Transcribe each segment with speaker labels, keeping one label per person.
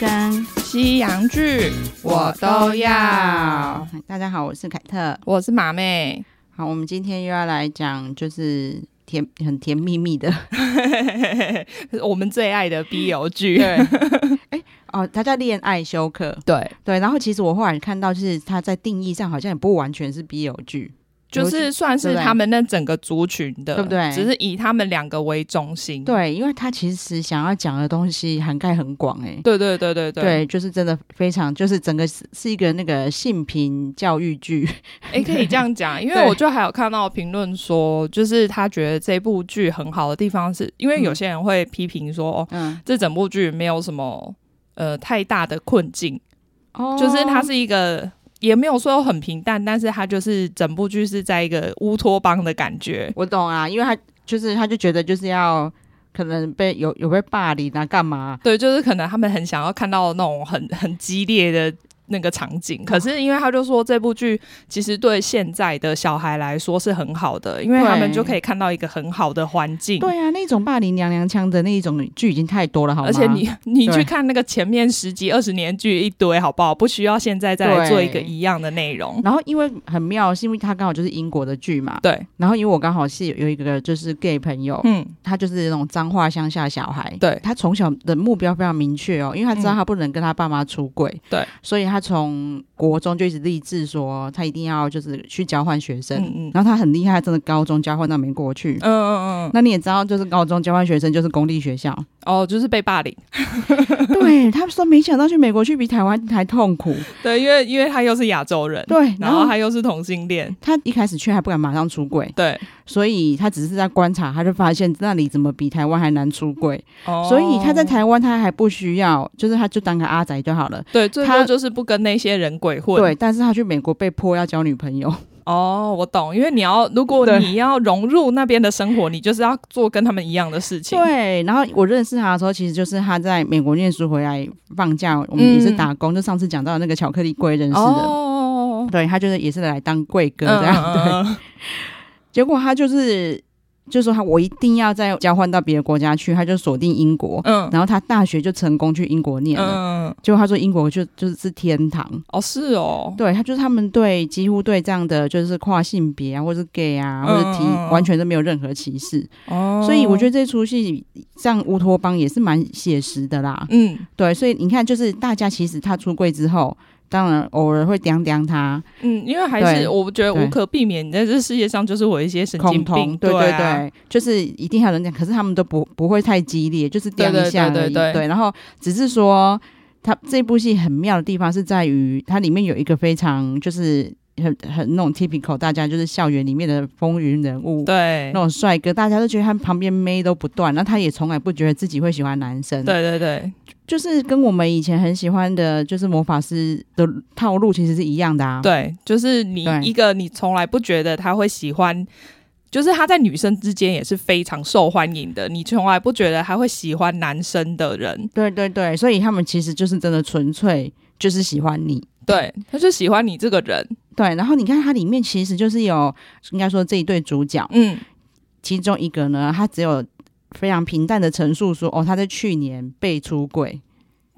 Speaker 1: 跟
Speaker 2: 西洋剧我都要。。
Speaker 1: 大家好，我是凯特。
Speaker 2: 我是马妹，
Speaker 1: 好，我们今天又要来讲，就是甜很甜蜜蜜的
Speaker 2: 我们最爱的 BL 剧。
Speaker 1: 哦，它叫恋爱休克。
Speaker 2: 对，
Speaker 1: 对，然后其实我后来看到，就是它在定义上好像也不完全是 BL 剧，
Speaker 2: 就是算是他们那整个族群的，
Speaker 1: 对不对
Speaker 2: 只是以他们两个为中心。
Speaker 1: 对，因为它其实想要讲的东西涵盖很广诶、
Speaker 2: 对对对对对。
Speaker 1: 对，就是真的非常，就是整个是是一个那个性平教育剧，
Speaker 2: 哎、可以这样讲，因为
Speaker 1: 对
Speaker 2: 我就还有看到评论说，就是他觉得这部剧很好的地方是，因为有些人会批评说，哦，
Speaker 1: 嗯，
Speaker 2: 这整部剧没有什么呃太大的困境，
Speaker 1: 哦
Speaker 2: 就是它是一个。也没有说很平淡，但是它就是整部剧是在一个乌托邦的感觉，
Speaker 1: 我懂啊，因为他就是他就觉得就是要可能被有有被霸凌啊，干嘛？
Speaker 2: 对，就是可能他们很想要看到那种很很激烈的那个场景，可是因为他就说这部剧其实对现在的小孩来说是很好的，因为他们
Speaker 1: 对
Speaker 2: 就可以看到一个很好的环境，
Speaker 1: 对啊，那种霸凌娘娘腔的那一种剧已经太多了，好吗？
Speaker 2: 而且你你
Speaker 1: 对
Speaker 2: 去看那个前面十集二十年剧一堆，好不好？不需要现在再
Speaker 1: 对
Speaker 2: 来做一个一样的内容。
Speaker 1: 然后因为很妙，是因为他刚好就是英国的剧嘛，
Speaker 2: 对，
Speaker 1: 然后因为我刚好是有有一个就是 gay 朋友，
Speaker 2: 嗯，
Speaker 1: 他就是那种脏话乡下小孩，
Speaker 2: 对嗯
Speaker 1: 他从小的目标非常明确哦，因为他知道他不能跟他爸妈出轨，
Speaker 2: 对，
Speaker 1: 所以他从国中就一直立志说他一定要就是去交换学生，
Speaker 2: 嗯嗯
Speaker 1: 然后他很厉害，真的高中交换到美国去。
Speaker 2: 嗯嗯嗯，
Speaker 1: 那你也知道，就是高中交换学生就是公立学校，
Speaker 2: 哦，就是被霸凌，
Speaker 1: 对他说没想到去美国去比台湾还痛 苦，
Speaker 2: 对，因为因为他又是亚洲人，
Speaker 1: 对，然
Speaker 2: 然后
Speaker 1: 后
Speaker 2: 他又是同性恋，
Speaker 1: 他一开始去还不敢马上出轨，
Speaker 2: 对，
Speaker 1: 所以他只是在观察，他就发现那里怎么比台湾还难出轨，
Speaker 2: 哦
Speaker 1: 所以他在台湾他还不需要，就是他就当个阿宅就好了。
Speaker 2: 对最
Speaker 1: 他
Speaker 2: 多就是不跟那些人鬼混，
Speaker 1: 对，但是他去美国被迫要交女朋 友，
Speaker 2: 哦，我懂，因为你要如果
Speaker 1: 对
Speaker 2: 你要融入那边的生活，你就是要做跟他们一样的事情，
Speaker 1: 对。然后我认识他的时候，其实就是他在美国念书回来放假，我们
Speaker 2: 嗯
Speaker 1: 也是打工，就上次讲到那个巧克力柜认识的。
Speaker 2: 哦，
Speaker 1: 对他就是也是来当柜哥
Speaker 2: 嗯
Speaker 1: 这样，
Speaker 2: 嗯
Speaker 1: 对。
Speaker 2: 嗯嗯
Speaker 1: 结果他就是就说他我一定要再交换到别的国家去，他就锁定英国，
Speaker 2: 嗯
Speaker 1: 然后他大学就成功去英国念了。
Speaker 2: 嗯，嗯
Speaker 1: 结果他说英国就就是是天堂，
Speaker 2: 哦是哦，
Speaker 1: 对他就是他们对几乎对这样的就是跨性别啊，或是 gay 啊，或者提
Speaker 2: 嗯嗯嗯
Speaker 1: 完全都没有任何歧视，
Speaker 2: 哦，
Speaker 1: 所以我觉得这出戏像乌托邦也是蛮写实的啦。
Speaker 2: 嗯。
Speaker 1: 对，所以你看，就是大家其实他出柜之后，当然偶尔会刁刁他
Speaker 2: 嗯，因为还
Speaker 1: 对
Speaker 2: 是我觉得
Speaker 1: 对
Speaker 2: 无可避免，你在这世界上就是我一些神
Speaker 1: 恐
Speaker 2: 经
Speaker 1: 同，
Speaker 2: 病，
Speaker 1: 对
Speaker 2: 对
Speaker 1: 对
Speaker 2: 啊，
Speaker 1: 就是一定还有人讲，可是他们都不不会太激烈，就是刁一下而已。
Speaker 2: 对对对对对
Speaker 1: 然后只是说他这部戏很妙的地方是在于，它里面有一个非常就是很很那种 typical，大家就是校园里面的风云人物。
Speaker 2: 对
Speaker 1: 那种帅哥，大家都觉得他旁边妹都不断，那他也从来不觉得自己会喜欢男生。，
Speaker 2: 对对对，
Speaker 1: 就是跟我们以前很喜欢的，就是魔法师的套路其实是一样的啊。
Speaker 2: 对，就是你
Speaker 1: 对
Speaker 2: 一个你从来不觉得他会喜欢。就是他在女生之间也是非常受欢迎的，你从来不觉得他会喜欢男生的人，
Speaker 1: 对对对，所以他们其实就是真的纯粹就是喜欢你。
Speaker 2: 对，他就喜欢你这个人，
Speaker 1: 对，然后你看它里面其实就是有，应该说这一对主角，
Speaker 2: 嗯，
Speaker 1: 其中一个呢，他只有非常平淡的陈述说，哦，他在去年被出轨。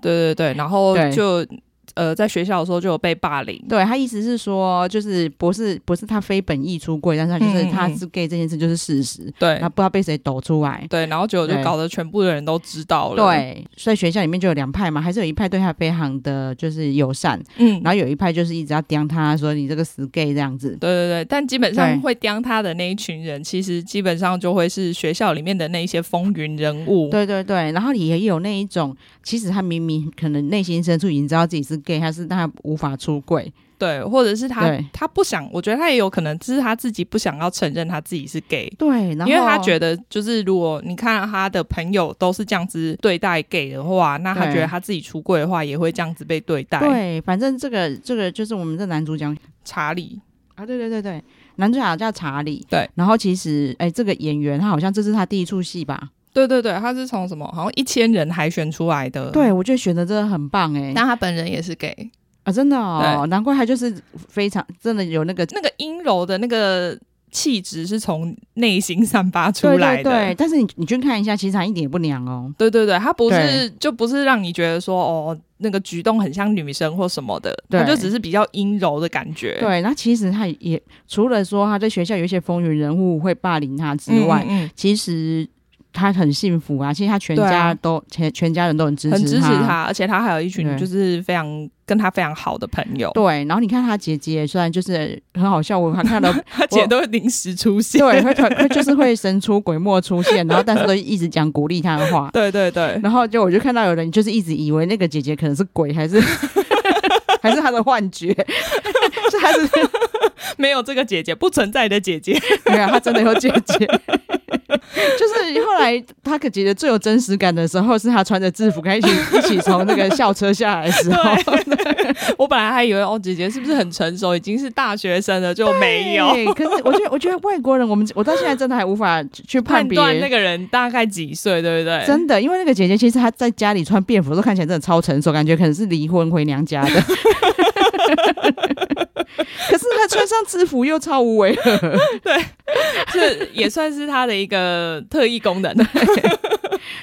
Speaker 2: 对对对，然后
Speaker 1: 对
Speaker 2: 就呃在学校的时候就有被霸凌，
Speaker 1: 对他意思是说，就是不是不是他非本意出轨，但是他就是
Speaker 2: 嗯嗯嗯
Speaker 1: 他是 gay 这件事就是事实，
Speaker 2: 对
Speaker 1: 他不知道被谁抖出来。
Speaker 2: 对，然后结果就
Speaker 1: 对
Speaker 2: 搞得全部的人都知道了，，
Speaker 1: 对，所以学校里面就有两派嘛，还是有一派对他非常的就是友善，
Speaker 2: 嗯，
Speaker 1: 然后有一派就是一直要刁他说你这个死 gay 这样子。
Speaker 2: 对对对，但基本上
Speaker 1: 对
Speaker 2: 会刁他的那一群人，其实基本上就会是学校里面的那一些风云人物。
Speaker 1: 对对对，然后也有那一种，其实他明明可能内心深处已经知道自己是 gay，他是但他无法出柜。
Speaker 2: 对或者是他
Speaker 1: 对
Speaker 2: 他不想，我觉得他也有可能是他自己不想要承认他自己是 gay。
Speaker 1: 对，然后
Speaker 2: 因为他觉得，就是如果你看他的朋友都是这样子对待 gay 的话，那他
Speaker 1: 对
Speaker 2: 觉得他自己出柜的话，也会这样子被对待。
Speaker 1: 对，反正这个这个就是我们这男主角
Speaker 2: 查理，
Speaker 1: 啊，对对对对，男主角叫查理。
Speaker 2: 对，
Speaker 1: 然后其实哎，这个演员他好像这是他第一出戏吧？
Speaker 2: 对对对，他是从什么好像一千人海选出来的。，
Speaker 1: 对，我觉得选的真的很棒哎
Speaker 2: 但他本人也是 gay。
Speaker 1: 啊，真的哦，难怪他就是非常真的有那个
Speaker 2: 那个阴柔的那个气质是从内心散发出
Speaker 1: 对对
Speaker 2: 来的。
Speaker 1: 对，但是你你去看一下，其实他一点也不娘哦。
Speaker 2: 对对对，他不
Speaker 1: 对
Speaker 2: 是就不是让你觉得说哦，那个举动很像女生或什么的，
Speaker 1: 对
Speaker 2: 他就只是比较阴柔的感觉。
Speaker 1: 对，那其实他也除了说他在学校有一些风云人物会霸凌他之
Speaker 2: 嗯，
Speaker 1: 外，
Speaker 2: 嗯
Speaker 1: 其实他很幸福啊。其实他全
Speaker 2: 对
Speaker 1: 家
Speaker 2: 啊
Speaker 1: 都、全全家人都很支
Speaker 2: 嗯
Speaker 1: 持他，
Speaker 2: 很支持他，而且他还有一群
Speaker 1: 对
Speaker 2: 就是非常跟他非常好的朋友，
Speaker 1: 对，然后你看他姐姐，虽然就是很好笑，我还看到
Speaker 2: 他 姐都会临时出现。，
Speaker 1: 对会突然会就是会神出鬼没出现，然后但是都一直讲鼓励他的话
Speaker 2: 对对对，
Speaker 1: 然后就我就看到有人就是一直以为那个姐姐可能是鬼，还是 还是他的幻觉， 是还是
Speaker 2: 没有这个姐姐，不存在的姐姐。
Speaker 1: 没有，他真的有姐 姐。就是后来他可觉得最有真实感的时候，是他穿着制服跟他一起一起从那个校车下来的时候，
Speaker 2: 我本来还以为哦，姐姐是不是很成熟，已经是大学生了，就没有
Speaker 1: 对， 可是我觉得，我觉得外国人，我们我到现在真的还无法去
Speaker 2: 判
Speaker 1: 别
Speaker 2: 断那个人大概几岁，对不对？
Speaker 1: 真的，因为那个姐姐其实她在家里穿便服都看起来真的超成熟，感觉可能是离婚回娘家的。 可是她穿上制服又超无为，
Speaker 2: 这也算是他的一个特异功 能。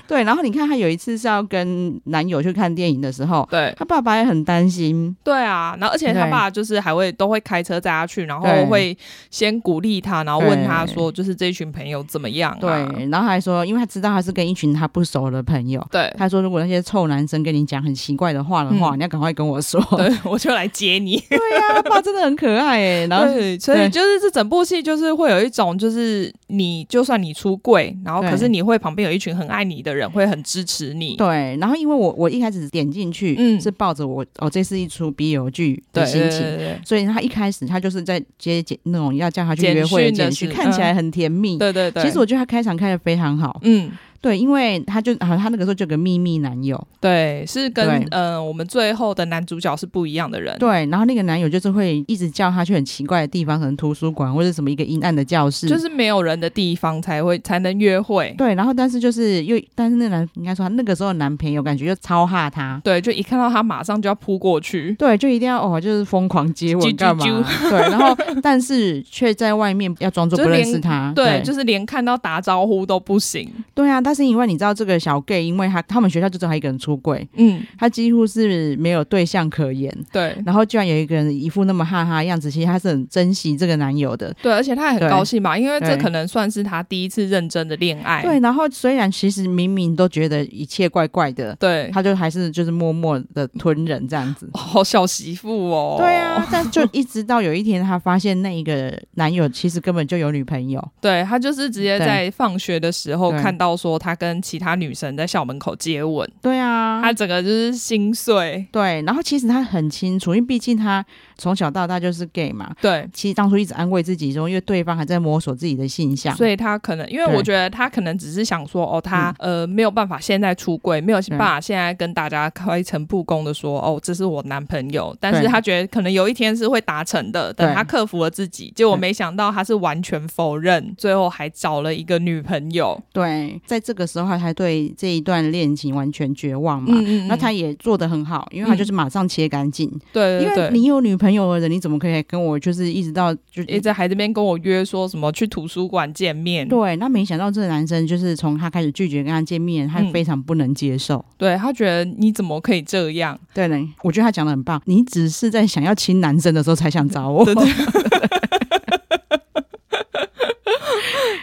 Speaker 1: 对。然后你看，她有一次是要跟男友去看电影的时候，
Speaker 2: 对
Speaker 1: 她爸爸也很担心，
Speaker 2: 对啊，然后而且他
Speaker 1: 对
Speaker 2: 爸就是还会都会开车载他去，然后
Speaker 1: 对
Speaker 2: 会先鼓励他，然后问他
Speaker 1: 对
Speaker 2: 说，就是这一群朋友怎么样、
Speaker 1: 对
Speaker 2: 啊？。
Speaker 1: 然后还说，因为她知道她是跟一群她不熟的朋友，
Speaker 2: 对
Speaker 1: 她说如果那些臭男生跟你讲很奇怪的话的话，
Speaker 2: 嗯
Speaker 1: 你要赶快跟我 说。
Speaker 2: 对，我就来接你。
Speaker 1: 对呀、她爸真的很可爱哎。 然后
Speaker 2: 对，所
Speaker 1: 对
Speaker 2: 以就是这整部戏就是会有一种，就是你就算你出柜，然后
Speaker 1: 对
Speaker 2: 可是你会旁边有一群很爱你的人会很支持你。
Speaker 1: 对，然后因为我我一开始点进去，
Speaker 2: 嗯
Speaker 1: 是抱着我哦，这是一出 BL 剧的
Speaker 2: 对
Speaker 1: 心
Speaker 2: 对
Speaker 1: 情，
Speaker 2: 对对
Speaker 1: 所以他一开始他就是在接简那种要叫他去
Speaker 2: 简
Speaker 1: 约会的
Speaker 2: 讯的啊
Speaker 1: 简讯，
Speaker 2: 是嗯
Speaker 1: 看起来很甜蜜。
Speaker 2: 对对对。
Speaker 1: 其实我觉得他开场开的非常好，
Speaker 2: 嗯，
Speaker 1: 对，因为他就好像他那个时候就有个秘密男友，
Speaker 2: 对，是跟
Speaker 1: 对
Speaker 2: 呃我们最后的男主角是不一样的人。
Speaker 1: 对，然后那个男友就是会一直叫他去很奇怪的地方，可能图书馆或者什么一个阴暗的教室，
Speaker 2: 就是没有人的地方才会才能约会。
Speaker 1: 对，然后但是就是又但是那男应该说他那个时候的男朋友感觉就超哈他，
Speaker 2: 对，就一看到他马上就要扑过去。
Speaker 1: 对，就一定要哦，就是疯狂接
Speaker 2: 啾
Speaker 1: 吻
Speaker 2: 啾
Speaker 1: 干嘛？对，然后但是却在外面要装作
Speaker 2: 就
Speaker 1: 不认
Speaker 2: 连
Speaker 1: 识他。
Speaker 2: 对，
Speaker 1: 啊对
Speaker 2: 就是连看到打招呼都不行。
Speaker 1: 对啊，但是因为你知道这个小 gay，因为他他们学校就只有他一个人出柜，
Speaker 2: 嗯，
Speaker 1: 他几乎是没有对象可言。
Speaker 2: 对
Speaker 1: 然后居然有一个人一副那么哈哈的样子，其实他是很珍惜这个男友的。
Speaker 2: 对，而且他也
Speaker 1: 对
Speaker 2: 很高兴嘛，因为这
Speaker 1: 对
Speaker 2: 可能算是他第一次认真的恋爱。
Speaker 1: 对，然后虽然其实明明都觉得一切怪怪的，
Speaker 2: 对，
Speaker 1: 他就还是就是默默的吞忍这样子。
Speaker 2: 好小媳妇哦。
Speaker 1: 对啊，但就一直到有一天，他发现那一个男友其实根本就有女朋友。
Speaker 2: 对他就是直接
Speaker 1: 对
Speaker 2: 在放学的时候
Speaker 1: 对
Speaker 2: 看到说他跟其他女生在校门口接吻，
Speaker 1: 对啊，
Speaker 2: 他整个就是心碎。
Speaker 1: 对，然后其实他很清楚，因为毕竟他从小到大就是 gay 嘛。
Speaker 2: 对，
Speaker 1: 其实当初一直安慰自己说，因为对方还在摸索自己的性向，
Speaker 2: 所以他可能，因为
Speaker 1: 对嗯
Speaker 2: 我觉得他可能只是想说，哦，他、呃没有办法现在出柜，没有办法现在跟大家开诚布公的说，哦，这是我男朋友。但是
Speaker 1: 对
Speaker 2: 他觉得可能有一天是会达成的，
Speaker 1: 对
Speaker 2: 等他克服了自己，结果
Speaker 1: 对
Speaker 2: 没想到他是完全否认，最后还找了一个女朋友。
Speaker 1: 对，在这个时候他还对这一段恋情完全绝望嘛。
Speaker 2: 嗯
Speaker 1: 那他也做得很好，因为他就是马上切干净。
Speaker 2: 对
Speaker 1: 因
Speaker 2: 对
Speaker 1: 为
Speaker 2: 对。
Speaker 1: 你有女朋友的人，你怎么可以跟我就是一直到就
Speaker 2: 一直还这边跟我约说什么去图书馆见面，
Speaker 1: 对？那没想到这个男生就是从他开始拒绝跟他见面，他
Speaker 2: 嗯
Speaker 1: 非常不能接受。
Speaker 2: 对他觉得你怎么可以这样？
Speaker 1: 对嘞，我觉得他讲的很棒。你只是在想要亲男生的时候才想找 我，
Speaker 2: 对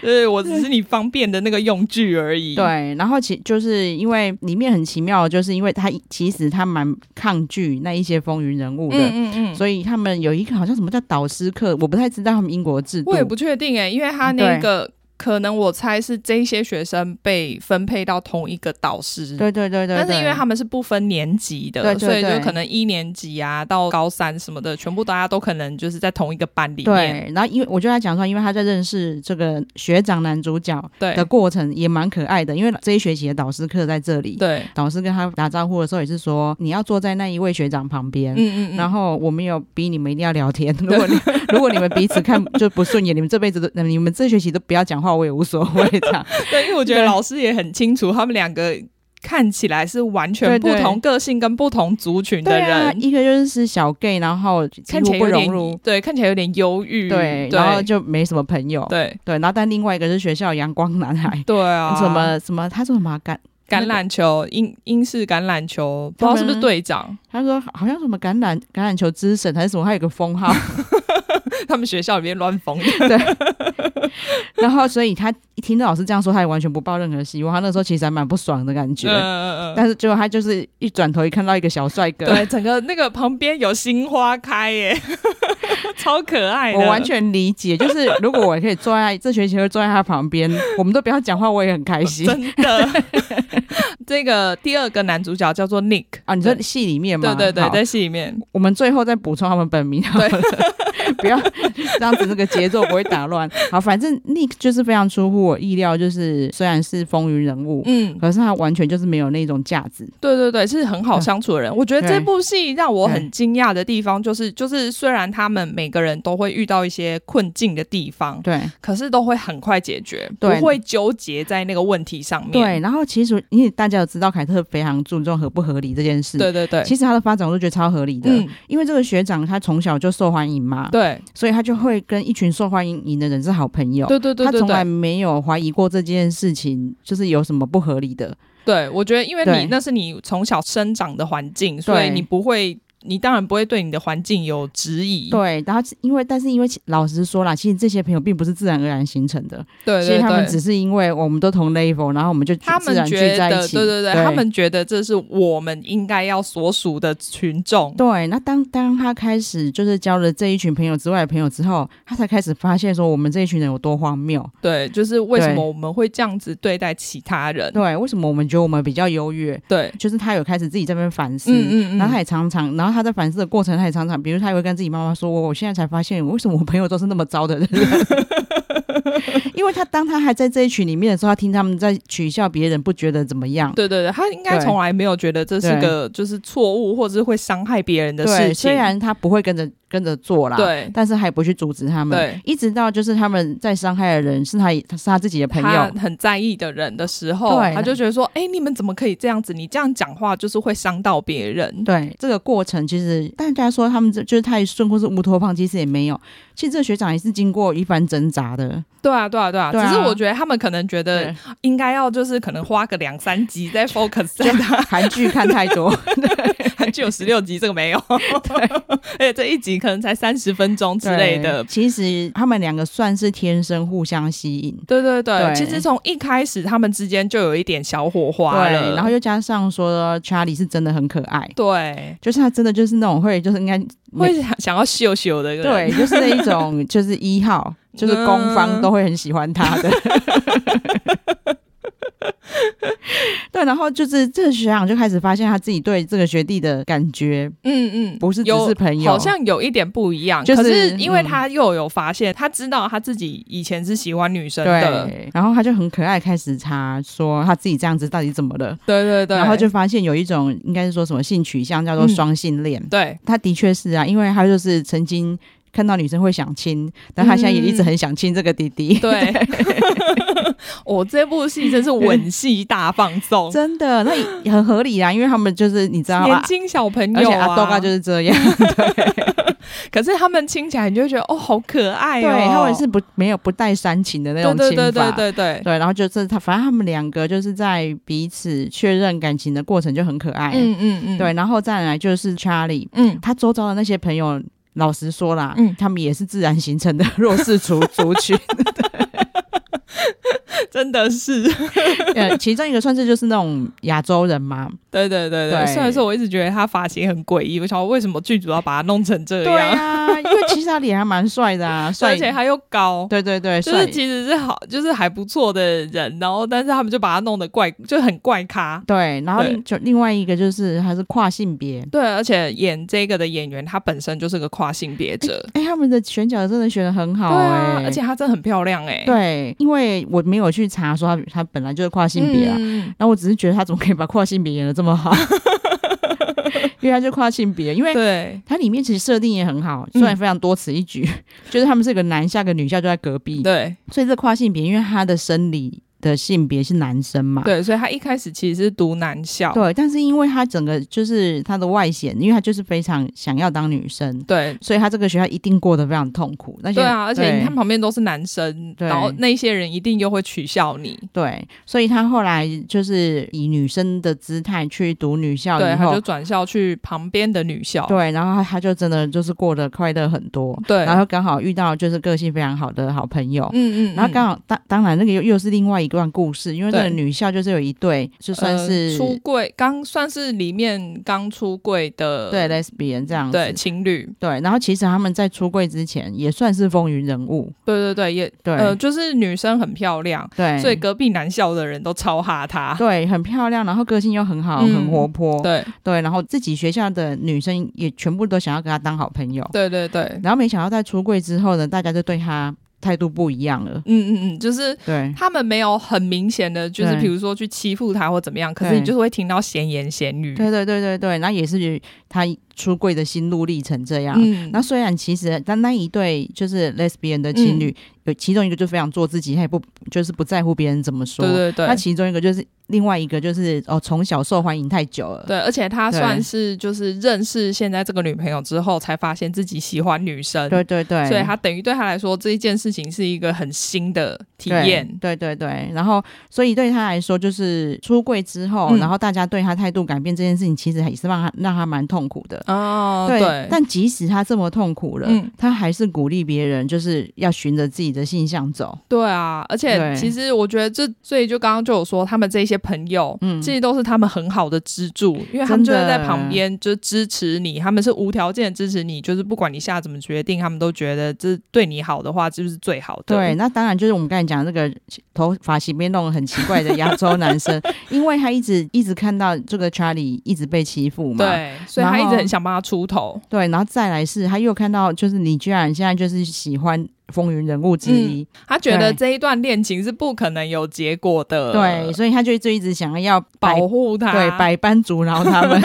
Speaker 2: 就是我只是你方便的那个用具而已。
Speaker 1: 对，然后其就是因为里面很奇妙，就是因为他其实他蛮抗拒那一些风云人物的，
Speaker 2: 嗯嗯嗯，
Speaker 1: 所以他们有一个好像什么叫导师课，我不太知道他们英国制度
Speaker 2: 我。也不确定哎、因为他那个可能我猜是这些学生被分配到同一个导师，
Speaker 1: 对对对对，
Speaker 2: 但是因为他
Speaker 1: 们
Speaker 2: 们是不分年级的，
Speaker 1: 对对
Speaker 2: 所
Speaker 1: 对
Speaker 2: 以就可能一年级啊到高三什么的，全部大家都可能就是在同一个班里面。
Speaker 1: 对，然后因为我就在讲说，因为他在认识这个学长男主角
Speaker 2: 对
Speaker 1: 的过程也蛮可爱的，因为这一学期的导师课在这里，
Speaker 2: 对，
Speaker 1: 导师跟他打招呼的时候也是说，你要坐在那一位学长旁边，
Speaker 2: 嗯嗯嗯，
Speaker 1: 然后我们有逼你们一定要聊天。 如果你如果你们彼此看就不顺眼，你们这辈子都 你们这学期都不要讲话，我也无所谓这样。
Speaker 2: 对，因为我觉得
Speaker 1: 对
Speaker 2: 老师也很清楚他们两个。看起来是完全不
Speaker 1: 对对
Speaker 2: 同个性跟不同族群的
Speaker 1: 对啊，
Speaker 2: 人，
Speaker 1: 一个就是小 gay，然后几
Speaker 2: 看起
Speaker 1: 乎
Speaker 2: 来
Speaker 1: 不
Speaker 2: 有
Speaker 1: 融入
Speaker 2: 点，对，看起来有点忧郁，
Speaker 1: 对，然后
Speaker 2: 对
Speaker 1: 就没什么朋友，
Speaker 2: 对
Speaker 1: 对，然后但另外一个是学校阳光男孩，
Speaker 2: 对啊，
Speaker 1: 什么什么，他说什么啊感，
Speaker 2: 橄
Speaker 1: 那
Speaker 2: 榄球英英式橄榄球，不知
Speaker 1: 他
Speaker 2: 道
Speaker 1: 们
Speaker 2: 是不是队长，
Speaker 1: 他说好像什么橄榄橄榄球之神还是什么，他有个封 号，
Speaker 2: 他们学校里面乱疯的，
Speaker 1: 然后所以他一听到老师这样说，他也完全不抱任何希望，他那时候其实还蛮不爽的感觉，
Speaker 2: 嗯嗯嗯嗯
Speaker 1: 但是结果他就是一转头一看到一个小帅哥，
Speaker 2: 对，整个那个旁边有新花开耶， 超可爱的。
Speaker 1: 我完全理 解，就是如果我可以坐在这学期会坐在他旁边，我们都不要讲话，我也很开心
Speaker 2: 真 的。这个第二个男主角叫做 Nick，
Speaker 1: 啊。你说戏里面
Speaker 2: 对
Speaker 1: 嘛，
Speaker 2: 对对，
Speaker 1: 好
Speaker 2: 在戏里面，
Speaker 1: 我们最后再补充他们本 名，不要这样子，那个节奏不会打乱。好，反正 Nick 就是非常出乎我意料，就是虽然是风云人物，
Speaker 2: 嗯，
Speaker 1: 可是他完全就是没有那种价值。
Speaker 2: 对对对，是很好相处的人。我觉得这部戏让我很惊讶的地方，就是就是虽然他们每个人都会遇到一些困境的地方，
Speaker 1: 对
Speaker 2: 可是都会很快解决，不
Speaker 1: 对
Speaker 2: 会纠结在那个问题上
Speaker 1: 对，
Speaker 2: 面。
Speaker 1: 然后其实因为大家有知道凯特非常注重合不合理这件事，
Speaker 2: 对对对，
Speaker 1: 其实他的发展我都觉得超合理的，
Speaker 2: 嗯，
Speaker 1: 因为这个学长他从小就受欢迎嘛，
Speaker 2: 对
Speaker 1: 所以他就会跟一群受欢迎的人是好朋友。
Speaker 2: 对对对
Speaker 1: 他
Speaker 2: 对
Speaker 1: 从来
Speaker 2: 对，
Speaker 1: 没有怀疑过这件事情，就是有什么不合理的。
Speaker 2: 对我觉得因为
Speaker 1: 对
Speaker 2: 你那是你从小生长的环境，所以
Speaker 1: 对
Speaker 2: 你不会，你当然不会对你的环境有质疑。
Speaker 1: 对，然后因为但是因为其老实说啦，其实这些朋友并不是自然而然形成的，
Speaker 2: 对
Speaker 1: 其
Speaker 2: 对
Speaker 1: 实他们
Speaker 2: 对。
Speaker 1: 只是因为我们都同 level，然后我们就
Speaker 2: 他
Speaker 1: 自
Speaker 2: 们
Speaker 1: 然聚
Speaker 2: 觉得，
Speaker 1: 在一
Speaker 2: 对
Speaker 1: 起。
Speaker 2: 对对，他们觉得这是我们应该要所属的群众，
Speaker 1: 对。那当当他开始就是交了这一群朋友之外的朋友之后，他才开始发现说我们这一群人有多荒谬。
Speaker 2: 对，就是为什
Speaker 1: 对
Speaker 2: 么我们会这样子对待其他人，
Speaker 1: 对，为什么我们觉得我们比较优越？
Speaker 2: 对，
Speaker 1: 就是他有开始自己这边反思。
Speaker 2: 嗯嗯
Speaker 1: 然后他
Speaker 2: 嗯，
Speaker 1: 也常常，然后他在反思的过程，他也常常，比如他也会跟自己妈妈说：“我我现在才发现，为什么我朋友都是那么糟 的人？”因为他当他还在这一群里面的时候，他听他们在取笑别人，不觉得怎么样。
Speaker 2: 对对对，他应该
Speaker 1: 对
Speaker 2: 从来没有觉得这是
Speaker 1: 对
Speaker 2: 个就是错误或者是会伤害别人的事
Speaker 1: 对，
Speaker 2: 情，
Speaker 1: 虽然他不会跟着跟着做啦，，
Speaker 2: 对
Speaker 1: 但是还不去阻止他们。
Speaker 2: 对
Speaker 1: 一直到就是他们在伤害的人是他是他自己的朋
Speaker 2: 他
Speaker 1: 友，
Speaker 2: 很在意的人的时候，
Speaker 1: 对
Speaker 2: 他就觉得说，哎、你们怎么可以这样子？你这样讲话就是会伤到别人。
Speaker 1: 对这个过程，其实大家说他们这就是太顺或是乌托邦，其实也没有。其实这个学长也是经过一番挣扎的，
Speaker 2: 对啊，对啊，对啊。
Speaker 1: 对啊
Speaker 2: 只是我觉得他们可能觉得
Speaker 1: 对，
Speaker 2: 应该要就是可能花个两三集 再 focus 在他，
Speaker 1: 韩剧看太 多，
Speaker 2: 还只有十六集，这个没有。对， 而且这一集可能才三十分钟 之类的
Speaker 1: 对。其实他们两个算是天生互相吸引。
Speaker 2: 对对对，
Speaker 1: 对
Speaker 2: 其实从一开始他们之间就有一点小火花了，
Speaker 1: 对，然后又加上说查理是真的很可爱，
Speaker 2: 对，
Speaker 1: 就是他真的就是那种会就是应该
Speaker 2: 会想想要秀秀的，
Speaker 1: 对，，就是那一种就是一 号，就是攻方都会很喜欢他的。
Speaker 2: 嗯
Speaker 1: 对，然后就是这个学长就开始发现他自己对这个学弟的感觉
Speaker 2: 嗯嗯，
Speaker 1: 不是只
Speaker 2: 有
Speaker 1: 是朋友，
Speaker 2: 好像有一点不一样，
Speaker 1: 就是
Speaker 2: 可是因为
Speaker 1: 嗯
Speaker 2: 他又有发现，他知道他自己以前是喜欢女生的，
Speaker 1: 对，然后他就很可爱，开始查说他自己这样子到底怎么了。
Speaker 2: 对对对，
Speaker 1: 然后就发现有一种应该是说什么性取向叫做
Speaker 2: 嗯
Speaker 1: 双性恋，
Speaker 2: 对
Speaker 1: 他的确是啊，因为他就是曾经看到女生会想亲，但他现在也一直很想亲这个弟弟。
Speaker 2: 嗯对，我、这部戏真是吻戏大放送，
Speaker 1: 真的，那也很合理啊，因为他们就是你知道
Speaker 2: 年
Speaker 1: 吗？
Speaker 2: 轻小朋
Speaker 1: 而
Speaker 2: 友
Speaker 1: 且
Speaker 2: 啊，
Speaker 1: 阿豆嘎就是这样，
Speaker 2: 可是他们亲起来，你就会觉得哦，好可爱
Speaker 1: 对
Speaker 2: 哦，
Speaker 1: 他们是不没有不带煽情的那种
Speaker 2: 对
Speaker 1: 亲法。
Speaker 2: 对对对对对，
Speaker 1: 对然后就是他，反正他们两个就是在彼此确认感情的过程就很可爱。
Speaker 2: 嗯嗯嗯，
Speaker 1: 对，，然后再来就是 Charlie，
Speaker 2: 嗯。
Speaker 1: 他周遭的那些朋友，老实说啦，
Speaker 2: 嗯
Speaker 1: 他们也是自然形成的弱势族族群。
Speaker 2: 真的是，
Speaker 1: 呃，其中一个算是就是那种亚洲人嘛，
Speaker 2: 对对对对。
Speaker 1: 对
Speaker 2: 虽然说我一直觉得他发型很诡异，我想说为什么剧组要把他弄成这样，
Speaker 1: 啊，因为其实他脸还蛮帅的 啊，帅
Speaker 2: 而，且他又高，
Speaker 1: 对对对，
Speaker 2: 就
Speaker 1: 帅
Speaker 2: 是。其实是好，就是还不错的人，然后但是他们就把他弄得怪，就很怪咖。
Speaker 1: 对，然后
Speaker 2: 对
Speaker 1: 另就另外一个就是他是跨性别，
Speaker 2: 对，而且演这个的演员，他本身就是个跨性别者，
Speaker 1: 哎、他们的选角真的选的很好
Speaker 2: 对
Speaker 1: 哎、
Speaker 2: 啊，而且他真的很漂亮哎、
Speaker 1: 对，啊因为我没有去查说他他本来就是跨性别啊，
Speaker 2: 嗯
Speaker 1: 然后我只是觉得他怎么可以把跨性别演的这么好， 因为他就跨性别，因为
Speaker 2: 对嗯
Speaker 1: 它里面其实设定也很好，虽然非常多此一 举，就是他们是有个男校跟女校就在隔壁，
Speaker 2: 对
Speaker 1: 所以这跨性别，因为他的生理的性别是男生嘛，
Speaker 2: 对，所以他一开始其实是读男校，
Speaker 1: 对，但是因为他整个就是他的外显，因为他就是非常想要当女生，
Speaker 2: 对
Speaker 1: 所以他这个学校一定过得非常痛苦。那些
Speaker 2: 对啊，而且
Speaker 1: 对
Speaker 2: 你看旁边都是男生，
Speaker 1: 对
Speaker 2: 然后那些人一定又会取笑你，
Speaker 1: 对，所以他后来就是以女生的姿态去读女校
Speaker 2: 对，
Speaker 1: 以
Speaker 2: 他
Speaker 1: 后
Speaker 2: 就，转校去旁边的女校，
Speaker 1: 对，然后他就真的就是过得快乐很多，
Speaker 2: 对
Speaker 1: 然后刚好遇到就是个性非常好的好朋友。
Speaker 2: 嗯嗯，
Speaker 1: 然后刚
Speaker 2: 好
Speaker 1: 好当当然那个又又是另外一段故事，因为那个
Speaker 2: 对
Speaker 1: 女校就是有一对就算是、
Speaker 2: 呃出柜，刚算是里面刚出柜的
Speaker 1: 对 lesbian 这样子，
Speaker 2: 对情侣，
Speaker 1: 对，然后其实他们在出柜之前也算是风云人物，
Speaker 2: 对对对，也
Speaker 1: 对、
Speaker 2: 呃就是女生很漂亮，
Speaker 1: 对，
Speaker 2: 所以隔壁男校的人都超哈她，
Speaker 1: 对很漂亮，然后个性又很好，
Speaker 2: 嗯
Speaker 1: 很活泼，
Speaker 2: 对
Speaker 1: 对，然后自己学校的女生也全部都想要跟他当好朋友，
Speaker 2: 对对对，
Speaker 1: 然后没想到在出柜之后呢，大家就对他态度不一样了，
Speaker 2: 嗯嗯嗯，就是
Speaker 1: 对。
Speaker 2: 他们没有很明显的，就是
Speaker 1: 对
Speaker 2: 比如说去欺负他或怎么样，可是
Speaker 1: 对
Speaker 2: 你就是会听到闲言闲语。
Speaker 1: 对对对对对，然后也是他出柜的心路历程这样。
Speaker 2: 嗯
Speaker 1: 啊那虽然其实但那一对就是 lesbian 的
Speaker 2: 嗯
Speaker 1: 情侣，有其中一个就非常做自己，他也不就是不在乎别人怎么说。
Speaker 2: 对对对
Speaker 1: 那其中一个就是另外一个就是哦，从小受欢迎太久了。
Speaker 2: 对，而且他
Speaker 1: 对
Speaker 2: 算是就是认识现在这个女朋友之后，才发现自己喜欢女生，
Speaker 1: 对对对，
Speaker 2: 所以他等于对他来说这一件事情是一个很新的体
Speaker 1: 对
Speaker 2: 验。
Speaker 1: 对对对，然后所以对他来说，就是出柜之后，
Speaker 2: 嗯
Speaker 1: 然后大家对他态度改变这件事情，其实也是让他让他蛮痛苦的。
Speaker 2: 哦，
Speaker 1: 对，
Speaker 2: 对，
Speaker 1: 但即使他这么痛苦了，
Speaker 2: 嗯
Speaker 1: 他还是鼓励别人，就是要循着自己的性向走。
Speaker 2: 对啊，而且
Speaker 1: 对
Speaker 2: 其实我觉得这，所以就刚刚就有说，他们这些朋友，
Speaker 1: 嗯
Speaker 2: 其实都是他们很好的支柱，因为他们就
Speaker 1: 真
Speaker 2: 会
Speaker 1: 的
Speaker 2: 在旁边，就是支持你，他们是无条件的支持你，就是不管你下怎么决定，他们都觉得这对你好的话，就是最好的。
Speaker 1: 对，，那当然就是我们刚才讲的那个头发型被弄得很奇怪的亚洲男 生，因为他一直一直看到这个 Charlie 一直被欺负嘛，
Speaker 2: 对，所以他
Speaker 1: 然
Speaker 2: 一
Speaker 1: 后
Speaker 2: 直很想帮他出头。
Speaker 1: 对，然后再来是他又看到就是你居然现在就是喜欢风云人物
Speaker 2: 嗯
Speaker 1: 之一，
Speaker 2: 他觉得
Speaker 1: 对
Speaker 2: 这一段恋情是不可能有结果的，
Speaker 1: 对，，所以他就就一直想要摆
Speaker 2: 保护他，
Speaker 1: 对，百般 阻挠他们。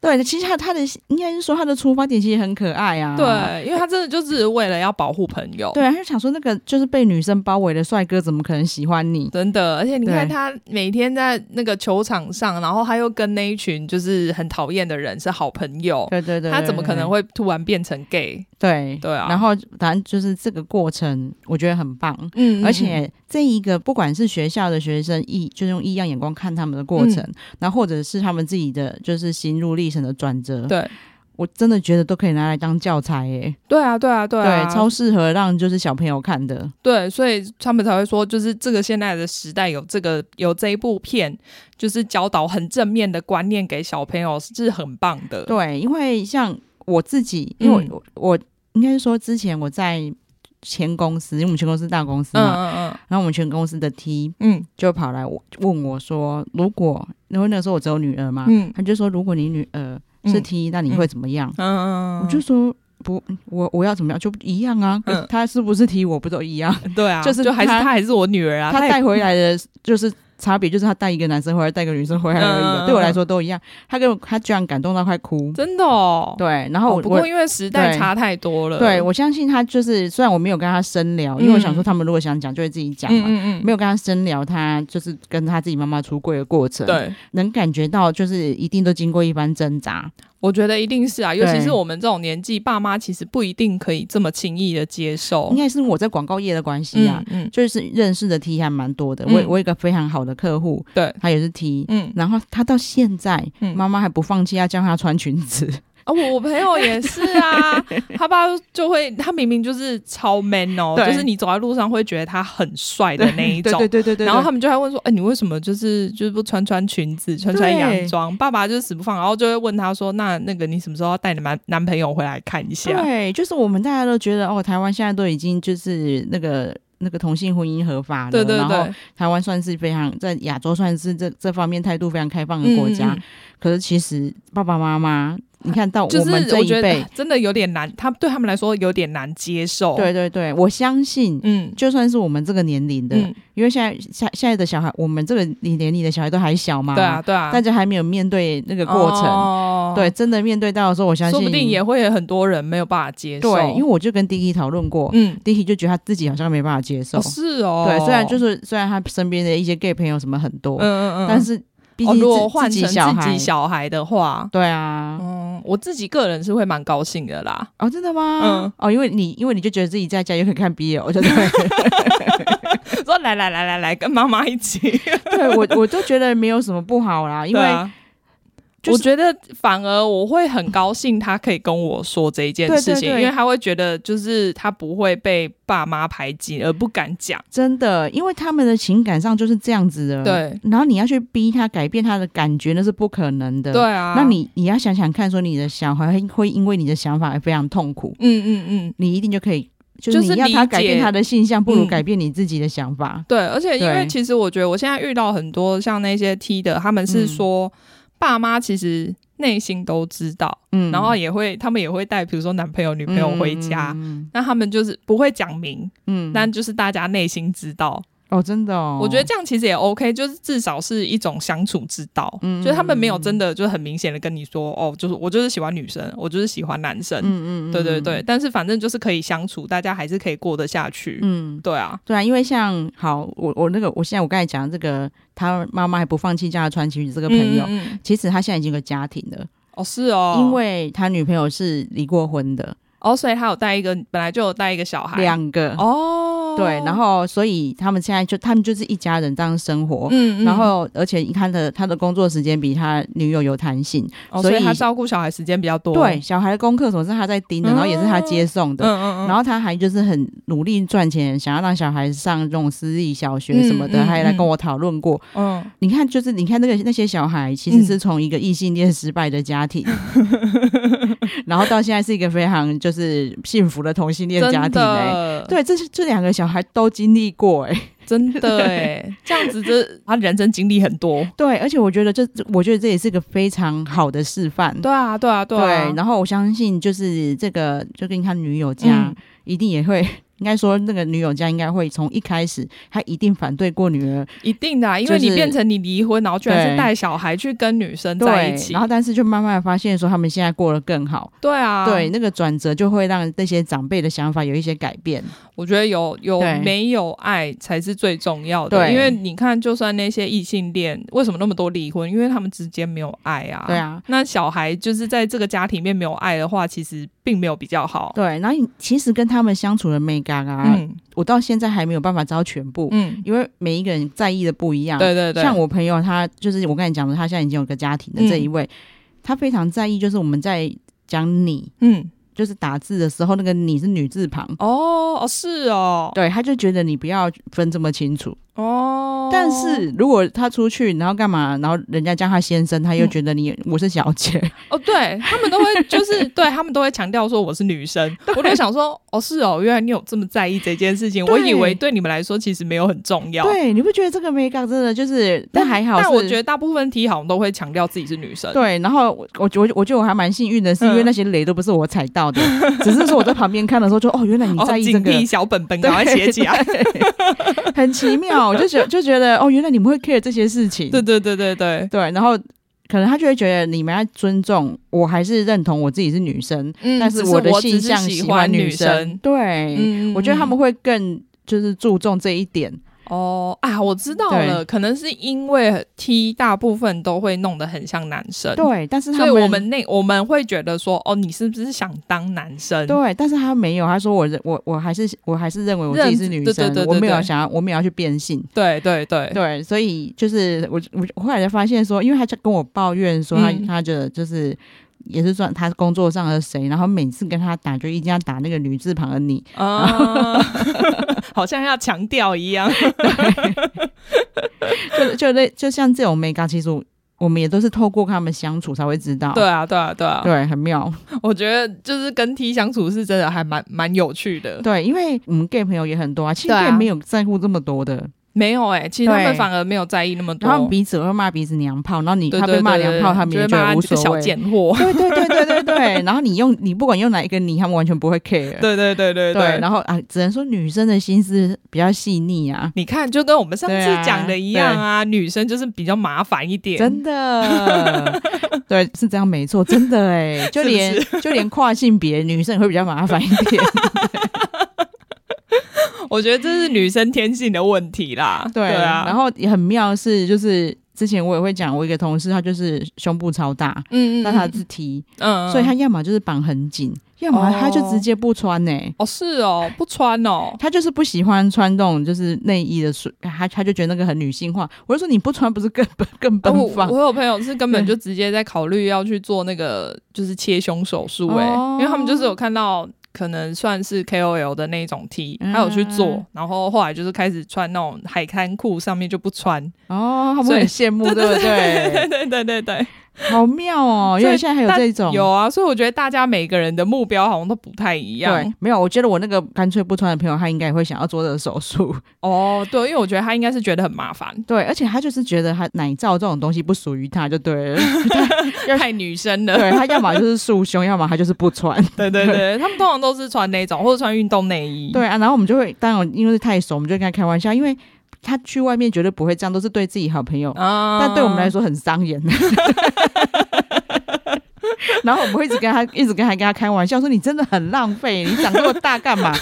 Speaker 1: 对，对，其实他他的应该是说他的出发点其实很可爱啊。
Speaker 2: 对，因为他真的就只是为了要保护朋友，
Speaker 1: 对，他就想说那个就是被女生包围的帅哥怎么可能喜欢你？
Speaker 2: 真的，而且你看
Speaker 1: 对
Speaker 2: 他每天在那个球场上，然后他又跟那一群就是很讨厌的人是好朋友，
Speaker 1: 对对对，
Speaker 2: 他怎么可能
Speaker 1: 会？
Speaker 2: 会突然变成 gay？
Speaker 1: 对
Speaker 2: 对啊
Speaker 1: 然后反正就是这个过程，我觉得很棒。
Speaker 2: 嗯
Speaker 1: 而且这一个不管是学校的学生异，就是用异样眼光看他们的过程，然后或者是他们自己的就是心路历程的转折，
Speaker 2: 嗯对
Speaker 1: 我真的觉得都可以拿来当教材耶、
Speaker 2: 对啊，对啊，对啊，
Speaker 1: 对，超适合让就是小朋友看的。
Speaker 2: 对，所以他们才会说，就是这个现在的时代有这个有这一部片，就是教导很正面的观念给小朋友是很棒的。
Speaker 1: 对，因为像我自己，因为
Speaker 2: 嗯
Speaker 1: 我、我应该是说之前我在前公司，因为我们前公司大公司
Speaker 2: 嗯
Speaker 1: 嘛，
Speaker 2: 嗯
Speaker 1: 然后我们前公司的 T
Speaker 2: 嗯
Speaker 1: 就跑来我问我说，如果因为那时候我只有女儿嘛，
Speaker 2: 嗯
Speaker 1: 他就说如果你女儿是
Speaker 2: 嗯
Speaker 1: T，、那你会怎么样
Speaker 2: 嗯？嗯，
Speaker 1: 我就说。不，我我要怎么样就一样啊
Speaker 2: 嗯！
Speaker 1: 他是不是 T 我不都一样？
Speaker 2: 对啊，
Speaker 1: 就是
Speaker 2: 就还是
Speaker 1: 他
Speaker 2: 他还是我女儿啊，
Speaker 1: 他
Speaker 2: 也
Speaker 1: 带回来的就是差别，就是他带一个男生回来，带一个女生回来而已啊。
Speaker 2: 嗯
Speaker 1: 对我来说都一样。他跟我他居然感动到快哭，
Speaker 2: 真的哦。
Speaker 1: 对。然后
Speaker 2: 哦
Speaker 1: 我
Speaker 2: 不
Speaker 1: 我
Speaker 2: 过因为时代
Speaker 1: 对
Speaker 2: 差太多了，
Speaker 1: 对，我相信他就是，虽然我没有跟他深聊，因为我想说他们如果想讲就会自己讲嘛，
Speaker 2: 嗯嗯嗯
Speaker 1: 没有跟他深聊，他就是跟他自己妈妈出柜的过程，
Speaker 2: 嗯，，对，
Speaker 1: 能感觉到就是一定都经过一番挣扎，
Speaker 2: 我觉得一定是啊，尤其
Speaker 1: 对
Speaker 2: 是我们这种年纪，爸妈其实不一定可以这么轻易的接受
Speaker 1: 应。该是我在广告业的关系
Speaker 2: 哦嗯
Speaker 1: 啊，
Speaker 2: 嗯，
Speaker 1: 就是认识的 T 还蛮多的，我
Speaker 2: 嗯
Speaker 1: 我有一个非常好的客户，
Speaker 2: 对，
Speaker 1: 他也是 T。
Speaker 2: 嗯
Speaker 1: 然后他到现在，
Speaker 2: 嗯
Speaker 1: 妈妈还不放弃要叫他穿裙子，
Speaker 2: 啊，我我朋友也是 啊，他爸就会，他明明就是超 man 哦，
Speaker 1: 对
Speaker 2: 就是你走在路上会觉得他很帅的那一种。
Speaker 1: 对对对
Speaker 2: 然后他们就还问说：“哎、你为什么就是就是不穿穿裙子，穿穿洋装？”爸爸就是死不放，然后就会问他说：“那那个你什么时候要带你男男朋友回来看一啊下
Speaker 1: 对，就是我们大家都觉得哦，台湾现在都已经就是那个那个同性婚姻合法？”了，
Speaker 2: 对对
Speaker 1: 然后
Speaker 2: 对，
Speaker 1: 台湾算是非常在亚洲算是这这方面态度非常开放的国家，
Speaker 2: 嗯嗯
Speaker 1: 可是其实爸爸妈妈，你看到
Speaker 2: 就是
Speaker 1: 们这
Speaker 2: 我
Speaker 1: 一
Speaker 2: 觉
Speaker 1: 辈
Speaker 2: 得，真的有点难，他对他们来说有点难接受。
Speaker 1: 对对对，我相信。
Speaker 2: 哦嗯，
Speaker 1: 就算是我们这个年龄的，
Speaker 2: 嗯，
Speaker 1: 因为现在现现在的小孩，我们这个年龄的小孩都还小嘛，
Speaker 2: 对啊，，对啊，
Speaker 1: 大家还没有面对那个过程，
Speaker 2: 哦哦，
Speaker 1: 对，，真的面对到的时候，我相信
Speaker 2: 说不定也会有很多人没有办法接受，
Speaker 1: 对，因为我就跟 Dicky 讨论过、
Speaker 2: 嗯，
Speaker 1: d i c k y 就觉得他自己好像没办法接受。
Speaker 2: 哦是哦，
Speaker 1: 对，虽然就是是虽然他身边的一些 gay 朋友什么很多，
Speaker 2: 嗯嗯嗯，
Speaker 1: 但是毕
Speaker 2: 哦
Speaker 1: 竟自、
Speaker 2: 如果换成
Speaker 1: 己小孩，
Speaker 2: 小孩的话，
Speaker 1: 对啊，
Speaker 2: 嗯，我自己个人是会蛮高兴的啦。
Speaker 1: 哦，真的吗？
Speaker 2: 嗯
Speaker 1: 哦，因为你因为你就觉得自己在家也可以看 BL，就 对
Speaker 2: 说来来来来来，跟妈妈一起，
Speaker 1: 对，我我就觉得没有什么不好啦，因
Speaker 2: 对
Speaker 1: 为
Speaker 2: 啊
Speaker 1: 就是
Speaker 2: 我觉得反而我会很高兴，他可以跟我说这一件事情，
Speaker 1: 对对对
Speaker 2: 因为他会觉得就是他不会被爸妈排挤而不敢讲。
Speaker 1: 真的，因为他们的情感上就是这样子的，。
Speaker 2: 对
Speaker 1: 然后你要去逼他改变他的感觉，那是不可能的。
Speaker 2: 对。啊，
Speaker 1: 那你你要想想看，说你的小孩会会因为你的想法而非常痛苦，
Speaker 2: 嗯嗯嗯，
Speaker 1: 你一定就可以，就
Speaker 2: 就是
Speaker 1: 你要
Speaker 2: 理
Speaker 1: 他改变
Speaker 2: 解
Speaker 1: 他的性向，不如
Speaker 2: 嗯
Speaker 1: 改变你自己的想法。
Speaker 2: 对，而且因为
Speaker 1: 对
Speaker 2: 其实我觉得我现在遇到很多像那些 T 的，他们是
Speaker 1: 嗯
Speaker 2: 说、爸妈其实内心都知道，
Speaker 1: 嗯，
Speaker 2: 然后也会，他们也会带，比如说男朋友、女朋友回家。
Speaker 1: 嗯，
Speaker 2: 那他们就是不会讲明，
Speaker 1: 嗯，
Speaker 2: 但就是大家内心知道。
Speaker 1: 哦，真的哦，
Speaker 2: 我觉得这样其实也 OK，就是至少是一种相处之道。
Speaker 1: 嗯
Speaker 2: 就是他们没有真的就是很明显的跟你说，哦，就是我就是喜欢女生，我就是喜欢男生。
Speaker 1: 嗯，嗯嗯，
Speaker 2: 对对
Speaker 1: 嗯，
Speaker 2: 对，但是反正就是可以相处，大家还是可以过得下去。
Speaker 1: 嗯，
Speaker 2: 对啊，
Speaker 1: 对啊，因为像好，我我那个我现在我刚才讲的这个，他妈妈还不放弃叫他穿情侣这个朋友，
Speaker 2: 嗯嗯嗯
Speaker 1: 其实他现在已经有个家庭了，
Speaker 2: 哦是哦，
Speaker 1: 因为他女朋友是离过婚的，
Speaker 2: 哦，所以他有带一个，本来就有带一个小孩。
Speaker 1: 两个，
Speaker 2: 哎哦，
Speaker 1: 对，然后所以他们现在就他们就是一家人这样生活。
Speaker 2: 嗯，嗯
Speaker 1: 然后，而且他的他的工作时间比他女友有弹性，
Speaker 2: 哦
Speaker 1: 所
Speaker 2: 所以
Speaker 1: 以
Speaker 2: 他照顾小孩时间比较多。
Speaker 1: 对小孩的功课什么是他在盯的，然后也是他接送
Speaker 2: 嗯，
Speaker 1: 的，
Speaker 2: 嗯嗯嗯，
Speaker 1: 然后他还就是很努力赚钱，想要让小孩上这种私立小学什么的，
Speaker 2: 嗯嗯
Speaker 1: 他也来
Speaker 2: 嗯
Speaker 1: 跟我讨论过，
Speaker 2: 嗯，
Speaker 1: 你看，就是你看那个那些小孩，其实是从一个异性恋失败的家 庭，然后到现在是一个非常就是幸福的同性恋家
Speaker 2: 真
Speaker 1: 庭哎、
Speaker 2: 的，
Speaker 1: 对，这是这两个小孩都经历过哎、
Speaker 2: 真的哎，这样子这 他人生经历很多。
Speaker 1: 对，而且我觉得这，我觉得这也是一个非常好的示范。
Speaker 2: 对啊，对啊，对
Speaker 1: 对
Speaker 2: 啊。
Speaker 1: 然后我相信就是这个，就跟他女友家、
Speaker 2: 嗯
Speaker 1: 一定也会， 应该说那个女友家应该会从一开始，他一定反对过女儿
Speaker 2: 一定的啊、因为
Speaker 1: 就
Speaker 2: 你
Speaker 1: 是
Speaker 2: 变成你离婚，然后居然
Speaker 1: 对
Speaker 2: 是带小孩去跟女生
Speaker 1: 对
Speaker 2: 在一起，
Speaker 1: 然后但是就慢慢地发现说他们现在过得更好。
Speaker 2: 对啊，
Speaker 1: 对，，那个转折就会让那些长辈的想法有一些改变。
Speaker 2: 我觉得有有
Speaker 1: 对
Speaker 2: 没有爱才是最重要的，
Speaker 1: 对
Speaker 2: 因为你看，就算那些异性恋，为什么那么多离婚？因为他们之间没有爱啊，
Speaker 1: 对，啊，
Speaker 2: 那小孩就是在这个家庭里面没有爱的话，其实并没有比较好，
Speaker 1: 对，然后你其实跟他们相处的美感啊，
Speaker 2: 嗯
Speaker 1: 我到现在还没有办法知道全部，
Speaker 2: 嗯，
Speaker 1: 因为每一个人在意的不一样。
Speaker 2: 对对对，
Speaker 1: 嗯像我朋友他就是我跟你讲的，他现在已经有个家庭的这一
Speaker 2: 嗯
Speaker 1: 位，他非常在意，就是我们在讲你，
Speaker 2: 嗯，
Speaker 1: 就是打字的时候那个你是女字旁。
Speaker 2: 哦哦是哦，
Speaker 1: 对，他就觉得你不要分这么清楚。
Speaker 2: 哦，
Speaker 1: 但是如果他出去，然后干嘛，然后人家叫他先生，他又
Speaker 2: 嗯
Speaker 1: 觉得你、我是小姐。
Speaker 2: 哦，对他们都会就是对他们都会强调说我是女生，我就想说哦是哦，原来你有这么在意这件事情，
Speaker 1: 对
Speaker 2: 我以为对你们来说其实没有很重要。嗯
Speaker 1: 对，你不觉得这个美感真的就是？但还好是，
Speaker 2: 但我觉得大部分 T 好像都会强调自己是女生。
Speaker 1: 对。然后我我我我觉得我还蛮幸运的，是因为
Speaker 2: 嗯
Speaker 1: 那些雷都不是我踩到的，只是说我在旁边看的时候就哦，原来你
Speaker 2: 哦
Speaker 1: 在，意这
Speaker 2: 警
Speaker 1: 个，
Speaker 2: 惕小本 本，
Speaker 1: 对
Speaker 2: 赶快写起来。
Speaker 1: 很奇妙。我就觉就觉得哦，原来你们会 care 这些事情，
Speaker 2: 对对对对对，
Speaker 1: 对。然后可能他就会觉得你们要尊重，我还是认同我自己是女生，
Speaker 2: 嗯
Speaker 1: 但
Speaker 2: 只是
Speaker 1: 我的
Speaker 2: 我只
Speaker 1: 性
Speaker 2: 是
Speaker 1: 向
Speaker 2: 喜
Speaker 1: 欢
Speaker 2: 欢女
Speaker 1: 生。
Speaker 2: 生
Speaker 1: 对，
Speaker 2: 嗯
Speaker 1: 我觉得他们会更就是注重这一点。
Speaker 2: 哦啊，我知道了，可能是因为 T 大部分都会弄得很像男生，，
Speaker 1: 对，但是他
Speaker 2: 嗯所以
Speaker 1: 们
Speaker 2: 我们那我们会觉得说，哦，你是不是想当男生？
Speaker 1: 对，但是他没有，他说我认我我还是我还是认为我自己是
Speaker 2: 认知
Speaker 1: 女
Speaker 2: 对对
Speaker 1: 生，
Speaker 2: 对
Speaker 1: 我
Speaker 2: 对
Speaker 1: 没有
Speaker 2: 对
Speaker 1: 想要我没有要去变性。
Speaker 2: 对对对，
Speaker 1: 对，所以就是我我我后来才发现说，因为他就跟我抱怨说他、
Speaker 2: 嗯
Speaker 1: 他觉得就是也是算他工作上的谁，然后每次跟他打就一定要打那个女字旁的你，
Speaker 2: 啊，好像要强调一样。
Speaker 1: 就就类就像这种 mega，其实我我们也都是透过跟他们相处才会知道。
Speaker 2: 对啊，对啊，对啊，
Speaker 1: 对，很 妙。
Speaker 2: 我觉得就是跟 T 相处是真的还蛮蛮有趣的。
Speaker 1: 对，因为我们 gay 朋友也很多啊，其实
Speaker 2: 对
Speaker 1: gay
Speaker 2: 啊
Speaker 1: 没有在乎这么多的。
Speaker 2: 没有哎、其实他们
Speaker 1: 对
Speaker 2: 反而没有在意那么多。
Speaker 1: 然后彼此会骂彼此娘炮，然后你
Speaker 2: 对
Speaker 1: 他
Speaker 2: 对
Speaker 1: 被骂
Speaker 2: 对
Speaker 1: 娘
Speaker 2: 对
Speaker 1: 炮，
Speaker 2: 对
Speaker 1: 他们
Speaker 2: 就
Speaker 1: 也
Speaker 2: 会
Speaker 1: 觉
Speaker 2: 骂
Speaker 1: 得
Speaker 2: 他
Speaker 1: 无
Speaker 2: 这个
Speaker 1: 所
Speaker 2: 小
Speaker 1: 谓。
Speaker 2: 贱 货。
Speaker 1: 对对对对对对，然后你用你不管用哪一个你，他们完全不会 care。
Speaker 2: 对对对对
Speaker 1: 对，然后啊，只能说女生的心思比较细腻啊，
Speaker 2: 你看，就跟我们上
Speaker 1: 对啊
Speaker 2: 次讲的一样啊，女生就是比较麻烦一点。
Speaker 1: 真 的，对，是这样没错，真的哎，就连就连跨性别女生也会比较麻烦一 点，
Speaker 2: 我觉得这是女生天性的问题啦。
Speaker 1: 对
Speaker 2: 啊，
Speaker 1: 然后也很妙的是，就是之前我也会讲，我一个同事她就是胸部超大，
Speaker 2: 嗯，嗯
Speaker 1: 那她
Speaker 2: 嗯
Speaker 1: 是 T，
Speaker 2: 嗯，
Speaker 1: 所以她要么就是绑很紧，要么她就直接不穿呢、
Speaker 2: 哦是哦，不穿哦，
Speaker 1: 她就是不喜欢穿那种就是内衣的水，她她就觉得那个很女性化。我就说你不穿不是更 奔更奔
Speaker 2: 哦我
Speaker 1: 放？嗯
Speaker 2: 我有朋友是根本就直接在考虑要去做那个就是切胸手术哎、
Speaker 1: 哦
Speaker 2: 因为他们就是有看到可能算是 KOL 的那一种 T，
Speaker 1: 嗯
Speaker 2: 他有去做，然后后来就是开始穿那种海滩裤，上面就不穿。
Speaker 1: 哦，他们
Speaker 2: 所以
Speaker 1: 会很羡慕，对不
Speaker 2: 对
Speaker 1: 对？
Speaker 2: 对对对对，
Speaker 1: 好妙哦，
Speaker 2: 所以
Speaker 1: 因为现在还有
Speaker 2: 大
Speaker 1: 这种
Speaker 2: 有啊，所以我觉得大家每个人的目标好像都不太一样
Speaker 1: 对。，没有，我觉得我那个干脆不穿的朋友，他应该也会想要做这个手 术。
Speaker 2: 哦，对，因为我觉得他应该是觉得很麻烦，
Speaker 1: 对，而且他就是觉得他奶罩这种东西不属于他，就对 了。
Speaker 2: 太女生了。
Speaker 1: 对他要么就是束胸，要么他就是不 穿。
Speaker 2: 对对对，他们通常都是穿那种或者穿运动内衣。
Speaker 1: 对啊，然后我们就会，当然因为是太熟，我们就跟他开玩笑，因为他去外面绝对不会这样，都是对自己好朋友，
Speaker 2: 啊，
Speaker 1: 但对我们来说很伤眼。 然后我们会一直跟他，一直跟他跟他开玩笑说：“你真的很浪费，你长这么大干嘛？”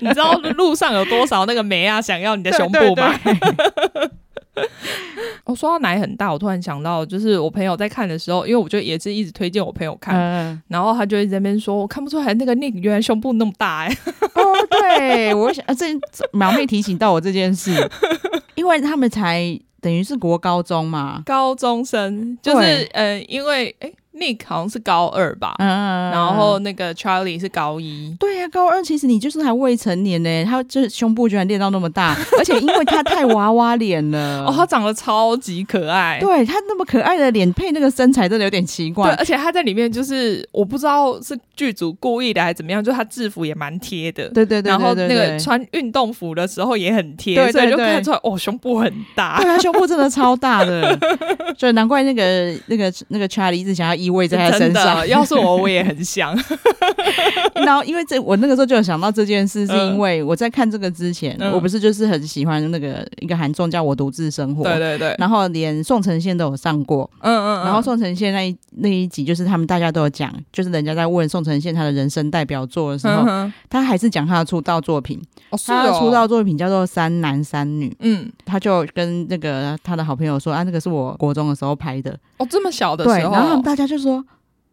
Speaker 2: 你知道路上有多少那个梅啊想要 你的胸部吗？
Speaker 1: 对 对
Speaker 2: 我哦说到奶很大，我突然想到，就是我朋友在看的时候，因为我就也是一直推荐我朋友看，
Speaker 1: 嗯，
Speaker 2: 然后他就一直在那边说，我看不出来那个 Nick 原来胸部那么大哎、
Speaker 1: 哦，对，我想啊，这马妹提醒到我这件事，因为他们才等于是国高中 嘛，
Speaker 2: 高中生就是
Speaker 1: 对
Speaker 2: 呃，因为哎、Nick 好像是高二吧，
Speaker 1: 嗯，
Speaker 2: 然后那个 Charlie 是高一，
Speaker 1: 对呀、高二其实你就是还未成年呢，他就是胸部居然练到那么大，而且因为他太娃娃脸了，
Speaker 2: 哦，他长得超级可爱，
Speaker 1: 嗯对他那么可爱的脸配那个身材，真的有点奇
Speaker 2: 对，
Speaker 1: 怪。
Speaker 2: 而且他在里面就是我不知道是剧组故意的还是怎么样，就他制服也蛮贴的，
Speaker 1: 对对对，
Speaker 2: 然后
Speaker 1: 对
Speaker 2: 那
Speaker 1: 对
Speaker 2: 个
Speaker 1: 对
Speaker 2: 穿运动服的时候也很贴，
Speaker 1: 对对
Speaker 2: 所以就
Speaker 1: 对
Speaker 2: 看得出来哦，胸部很大
Speaker 1: 对。他胸部真的超大 的，所以难怪那个那个那个 Charlie 一直想要依偎在他身
Speaker 2: 真
Speaker 1: 上
Speaker 2: 的，。哦要是我我也很想。
Speaker 1: 然后因为这我那个时候就有想到这件事，是
Speaker 2: 嗯
Speaker 1: 因为我在看这个之前，
Speaker 2: 嗯
Speaker 1: 我不是就是很喜欢那个一个韩综 叫《我独自生活》，
Speaker 2: 对对对，
Speaker 1: 然后连宋承宪都有上过。
Speaker 2: 嗯嗯，
Speaker 1: 然后宋承宪那一那一集，就是他们大家都有讲，就是人家在问宋承宪他的人生代表作的时候，
Speaker 2: 嗯
Speaker 1: 他还是讲他的出道作品。
Speaker 2: 哦是
Speaker 1: 他的
Speaker 2: 哦，
Speaker 1: 啊出道作品叫做《三男三女》，
Speaker 2: 嗯
Speaker 1: 他就跟那个他的好朋友说啊，那个是我国中的时候拍的。
Speaker 2: 哦这么小的
Speaker 1: 对，
Speaker 2: 时
Speaker 1: 然后他
Speaker 2: 候
Speaker 1: 们，大家就说，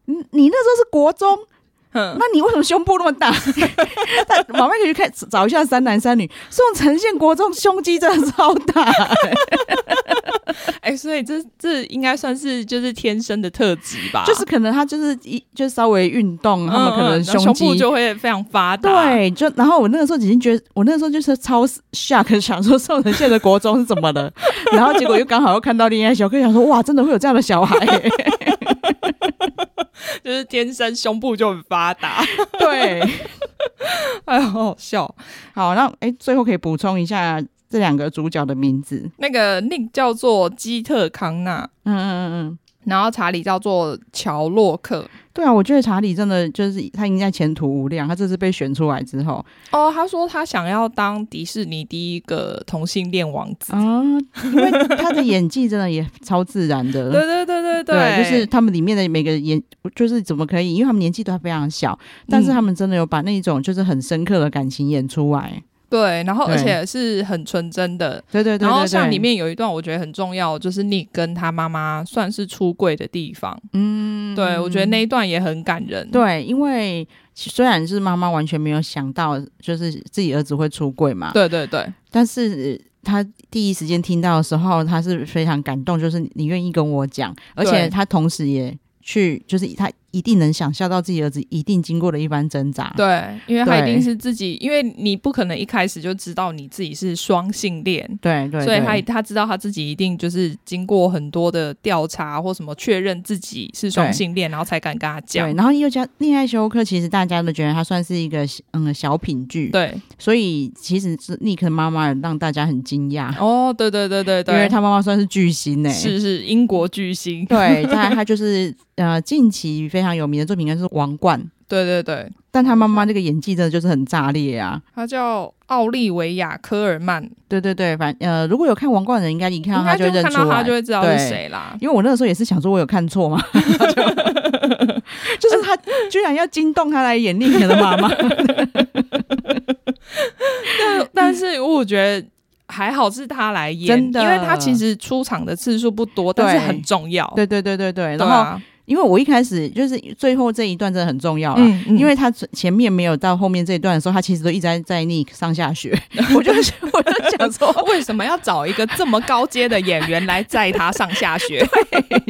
Speaker 1: 你你那时候是国中，
Speaker 2: 嗯
Speaker 1: 那你为什么胸部那么大？ 但马妹可以去看找一下三男三女，宋承宪国中胸肌真的超大、
Speaker 2: 哎，所以这这应该算是就是天生的特质吧，
Speaker 1: 就是可能他就是一就稍微运动，
Speaker 2: 嗯
Speaker 1: 他们可能
Speaker 2: 嗯然后
Speaker 1: 肌。
Speaker 2: 部就会非常发达。，
Speaker 1: 对，就然后我那个时候已经觉得，我那个时候就是超 shock，想说宋承宪的国中是怎么了， 然后结果又刚好又看到恋爱小哥，想说哇，真的会有这样的小 孩、
Speaker 2: 就是天生胸部就很发 达。
Speaker 1: 对，
Speaker 2: 哎，好好笑。
Speaker 1: 好，那哎，最后可以补充一下这两个主角的名字，
Speaker 2: 那个 Nick 叫做基特康纳，
Speaker 1: 嗯嗯嗯嗯。
Speaker 2: 然后查理叫做乔洛克。
Speaker 1: 对啊，我觉得查理真的就是他应该前途无量。他这次被选出来之 后，
Speaker 2: 哦，他说他想要当迪士尼第一个同性恋王子。
Speaker 1: 啊，因为他的演技真的也超自然的。
Speaker 2: 对对对对
Speaker 1: 嗯就是他们里面的每个演，就是怎么可以？因为他们年纪都还非常小，但
Speaker 2: 嗯
Speaker 1: 是他们真的有把那一种就是很深刻的感情演出来。
Speaker 2: 对，然后
Speaker 1: 对
Speaker 2: 而且是很纯真的。
Speaker 1: 对对对对
Speaker 2: 然后像
Speaker 1: 对
Speaker 2: 里面有一段我觉得很重要，就是你跟他妈妈算是出柜的地方。嗯，对我觉得那一段也很感人。
Speaker 1: 对，因为虽然是妈妈完全没有想到，就是自己儿子会出柜嘛，
Speaker 2: 对对对
Speaker 1: 但是呃他第一时间听到的时候，他是非常感动，就是你愿意跟我讲，而且他同时也去，就是他一定能想象到自己儿子一定经过了一番挣扎。
Speaker 2: 对，因为他一
Speaker 1: 对
Speaker 2: 定是自己，因为你不可能一开始就知道你自己是双性恋，
Speaker 1: 对对，
Speaker 2: 所以
Speaker 1: 对
Speaker 2: 他他知道他自己一定就是经过很多的调查或什么确认自己是双性恋，然后才敢跟他
Speaker 1: 对，
Speaker 2: 讲。
Speaker 1: 然后又加《恋爱休克》，其实大家都觉得它算是一个嗯小品剧，
Speaker 2: 对，
Speaker 1: 所以其实是尼克妈妈让大家很惊讶，
Speaker 2: 哦，对对对对对，
Speaker 1: 因为她妈妈算是巨星呢、
Speaker 2: 是是英国巨星，
Speaker 1: 对，她她就是呃近期非常有名的作品应该是《王冠》，
Speaker 2: 对对对，
Speaker 1: 但她妈妈这个演技真的就是很炸裂啊。
Speaker 2: 他叫奥利维亚·科尔曼，
Speaker 1: 对对对，反呃，如果有看《王冠》的人，应该一看到
Speaker 2: 应
Speaker 1: 她
Speaker 2: 该
Speaker 1: 就会认
Speaker 2: 看
Speaker 1: 出
Speaker 2: 到他
Speaker 1: 来
Speaker 2: 就。会知道
Speaker 1: 对
Speaker 2: 是 谁啦。
Speaker 1: 因为我那个时候也是想说，我有看错吗？ 就就是她居然要惊动她来演另一个的妈妈，
Speaker 2: 但但是我觉得还好是他来演，
Speaker 1: 真的
Speaker 2: 因为他其实出场的次数不多，
Speaker 1: 对
Speaker 2: 但是很重要。
Speaker 1: 对对对对对。
Speaker 2: 对
Speaker 1: 然后，
Speaker 2: 啊，
Speaker 1: 因为我一开始就是最后这一段真的很重要啊，
Speaker 2: 嗯，嗯
Speaker 1: 因为他前面没有到后面这一段的时候，他其实都一直在在 Nick 上下 学，我就 我就想说，
Speaker 2: 为什么要找一个这么高阶的演员来载他上下 学？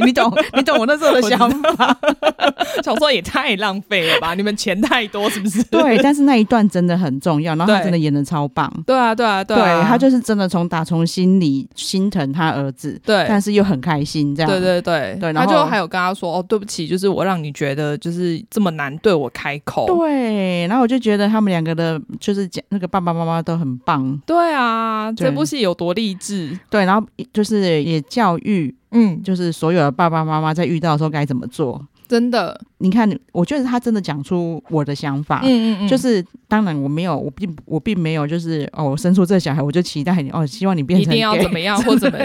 Speaker 1: 你懂你懂我那时候的想法，
Speaker 2: 想说也太浪费了吧，你们钱太多是不是？
Speaker 1: 对，但是那一段真的很重要，然后他
Speaker 2: 对
Speaker 1: 真的演的超棒，
Speaker 2: 对啊，对啊，
Speaker 1: 对
Speaker 2: 啊，
Speaker 1: 他就是真的从打从心里心疼他儿子，
Speaker 2: 对。
Speaker 1: 但是又很开心这样，
Speaker 2: 对对对，
Speaker 1: 对然
Speaker 2: 他
Speaker 1: 后
Speaker 2: 就还有跟他说哦，对不起，就是我让你觉得就是这么难对我开口，
Speaker 1: 对啊然后我就觉得他们两个的，就是讲那个爸爸妈妈都很棒，
Speaker 2: 对啊，
Speaker 1: 对
Speaker 2: 这部戏有多励志，
Speaker 1: 对，然后就是也教育，
Speaker 2: 嗯，
Speaker 1: 就是所有的爸爸妈妈在遇到的时候该怎么做。
Speaker 2: 真的，
Speaker 1: 你看，我觉得他真的讲出我的想法，
Speaker 2: 嗯嗯嗯，
Speaker 1: 啊就是当然我没有，我并我并没有就是哦，我生出这小孩我就期待你哦，希望你变
Speaker 2: 一
Speaker 1: 成
Speaker 2: 定要
Speaker 1: gay
Speaker 2: 怎么样或怎 么，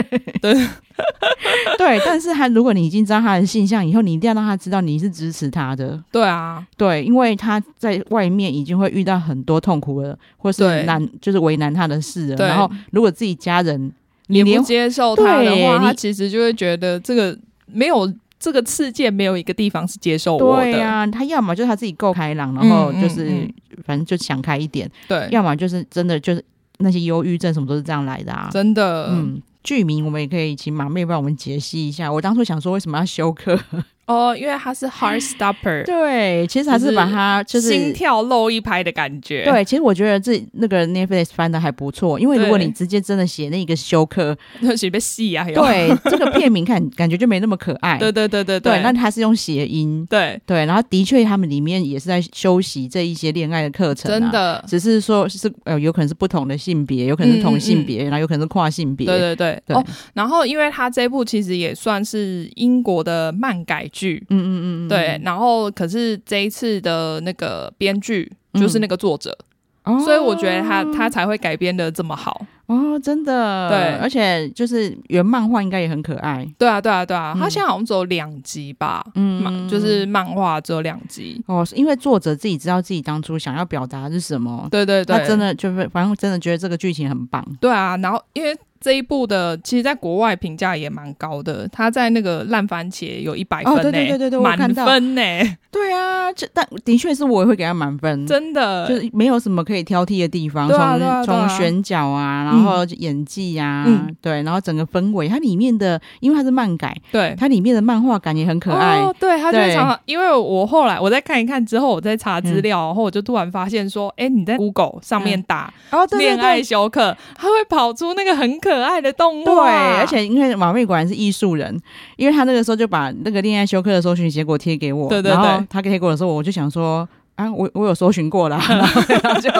Speaker 1: 对，但是他如果你已经知道他的性向以后，你一定要让他知道你是支持他的，
Speaker 2: 对啊，
Speaker 1: 对，因为他在外面已经会遇到很多痛苦了，或是
Speaker 2: 对
Speaker 1: 难就是为难他的事了，
Speaker 2: 对
Speaker 1: 然后如果自己家人你
Speaker 2: 你不
Speaker 1: 连
Speaker 2: 接受他的
Speaker 1: 对
Speaker 2: 话，他
Speaker 1: 你
Speaker 2: 其实就会觉得这个没有这个世界没有一个地方是接受我
Speaker 1: 对
Speaker 2: 的，
Speaker 1: 呀、他要么就是他自己够开朗，然后
Speaker 2: 嗯
Speaker 1: 就是、
Speaker 2: 嗯
Speaker 1: 反正就想开一点，
Speaker 2: 对，
Speaker 1: 要么就是真的就是那些忧郁症什么都是这样来的啊，
Speaker 2: 真的，
Speaker 1: 嗯，剧名我们也可以请马妹帮我们解析一下。我当初想说为什么要休克？
Speaker 2: 哦，因为它是 Heart Stopper，
Speaker 1: 对，其实还是把它就是
Speaker 2: 心跳漏一拍的感觉。，
Speaker 1: 对，其实我觉得这那个 Netflix 翻的还不错，因为如果
Speaker 2: 对
Speaker 1: 你直接真的写那个休克，
Speaker 2: 那随便戏啊，还有
Speaker 1: 对这个片名看感觉就没那么可爱。
Speaker 2: 对对对对
Speaker 1: 对，那它是用谐音，
Speaker 2: 对，
Speaker 1: 对，然后的确他们里面也是在修习这一些恋爱的课程、啊
Speaker 2: 真。的，
Speaker 1: 只是说是呃，有可能是不同的性别，有可能是同性别，然后有可能是跨性别。
Speaker 2: 嗯对对对。
Speaker 1: 对
Speaker 2: 哦，然后因为它这部其实也算是英国的漫改剧，
Speaker 1: 嗯嗯嗯嗯，
Speaker 2: 对，然后可是这一次的那个编剧。就是那个作者，
Speaker 1: 嗯哦，
Speaker 2: 所以我觉得他他才会改编的这么好。
Speaker 1: 哦，真的，
Speaker 2: 对
Speaker 1: 而且就是原漫画应该也很可爱，
Speaker 2: 对啊，对啊，对啊，他
Speaker 1: 嗯
Speaker 2: 现在好像只有两集吧，漫
Speaker 1: 嗯，
Speaker 2: 就是漫画只有两集。
Speaker 1: 哦，是因为作者自己知道自己当初想要表达的是什么，
Speaker 2: 对对对，
Speaker 1: 他真的就是反正真的觉得这个剧情很棒，
Speaker 2: 对啊，然后因为这一部的，其实在国外评价也蛮高的，它在那个烂番茄有一百分
Speaker 1: 哦
Speaker 2: 呢、
Speaker 1: 对对对对对我
Speaker 2: 满
Speaker 1: 看到
Speaker 2: 分呢、
Speaker 1: 对啊，这但的确是我也会给他满分，
Speaker 2: 真的，
Speaker 1: 嗯就是没有什么可以挑剔的地方，
Speaker 2: 对啊对啊
Speaker 1: 从
Speaker 2: 对啊
Speaker 1: 从选角啊，然后演技啊，
Speaker 2: 嗯
Speaker 1: 对，然后整个氛围，它里面的因为它是漫改，
Speaker 2: 对。
Speaker 1: 它里面的漫画感也很可爱，
Speaker 2: 哦，对，他就
Speaker 1: 对嗯
Speaker 2: 常常，因为我后来我再看一看之后，我再查资料，然后我就突然发现说，哎，你在 Google 上面打
Speaker 1: 哦
Speaker 2: “恋爱休克”，它会跑出那个很可爱的动
Speaker 1: 对，
Speaker 2: 画，
Speaker 1: 而且因为马妹果然是艺术人，因为她那个时候就把那个恋爱休克的搜寻结果贴给我，
Speaker 2: 对对
Speaker 1: 然后
Speaker 2: 对
Speaker 1: 她贴给我的时候，我就想说。啊，我我有搜寻过啦，然后她就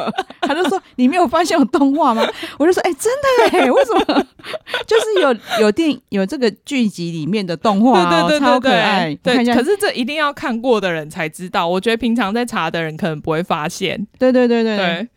Speaker 1: 她就说你没有发现有动画吗？ 我就说哎、真的哎、 为什么？就是有有电有这个剧集里面的动画、哦，
Speaker 2: 对对
Speaker 1: 超
Speaker 2: 对
Speaker 1: 可
Speaker 2: 对
Speaker 1: 爱。我看
Speaker 2: 对
Speaker 1: 一下
Speaker 2: 对，可是这一定要看过的人才知道，我觉得平常在查的人可能不会发现。
Speaker 1: 对对对对，
Speaker 2: 对，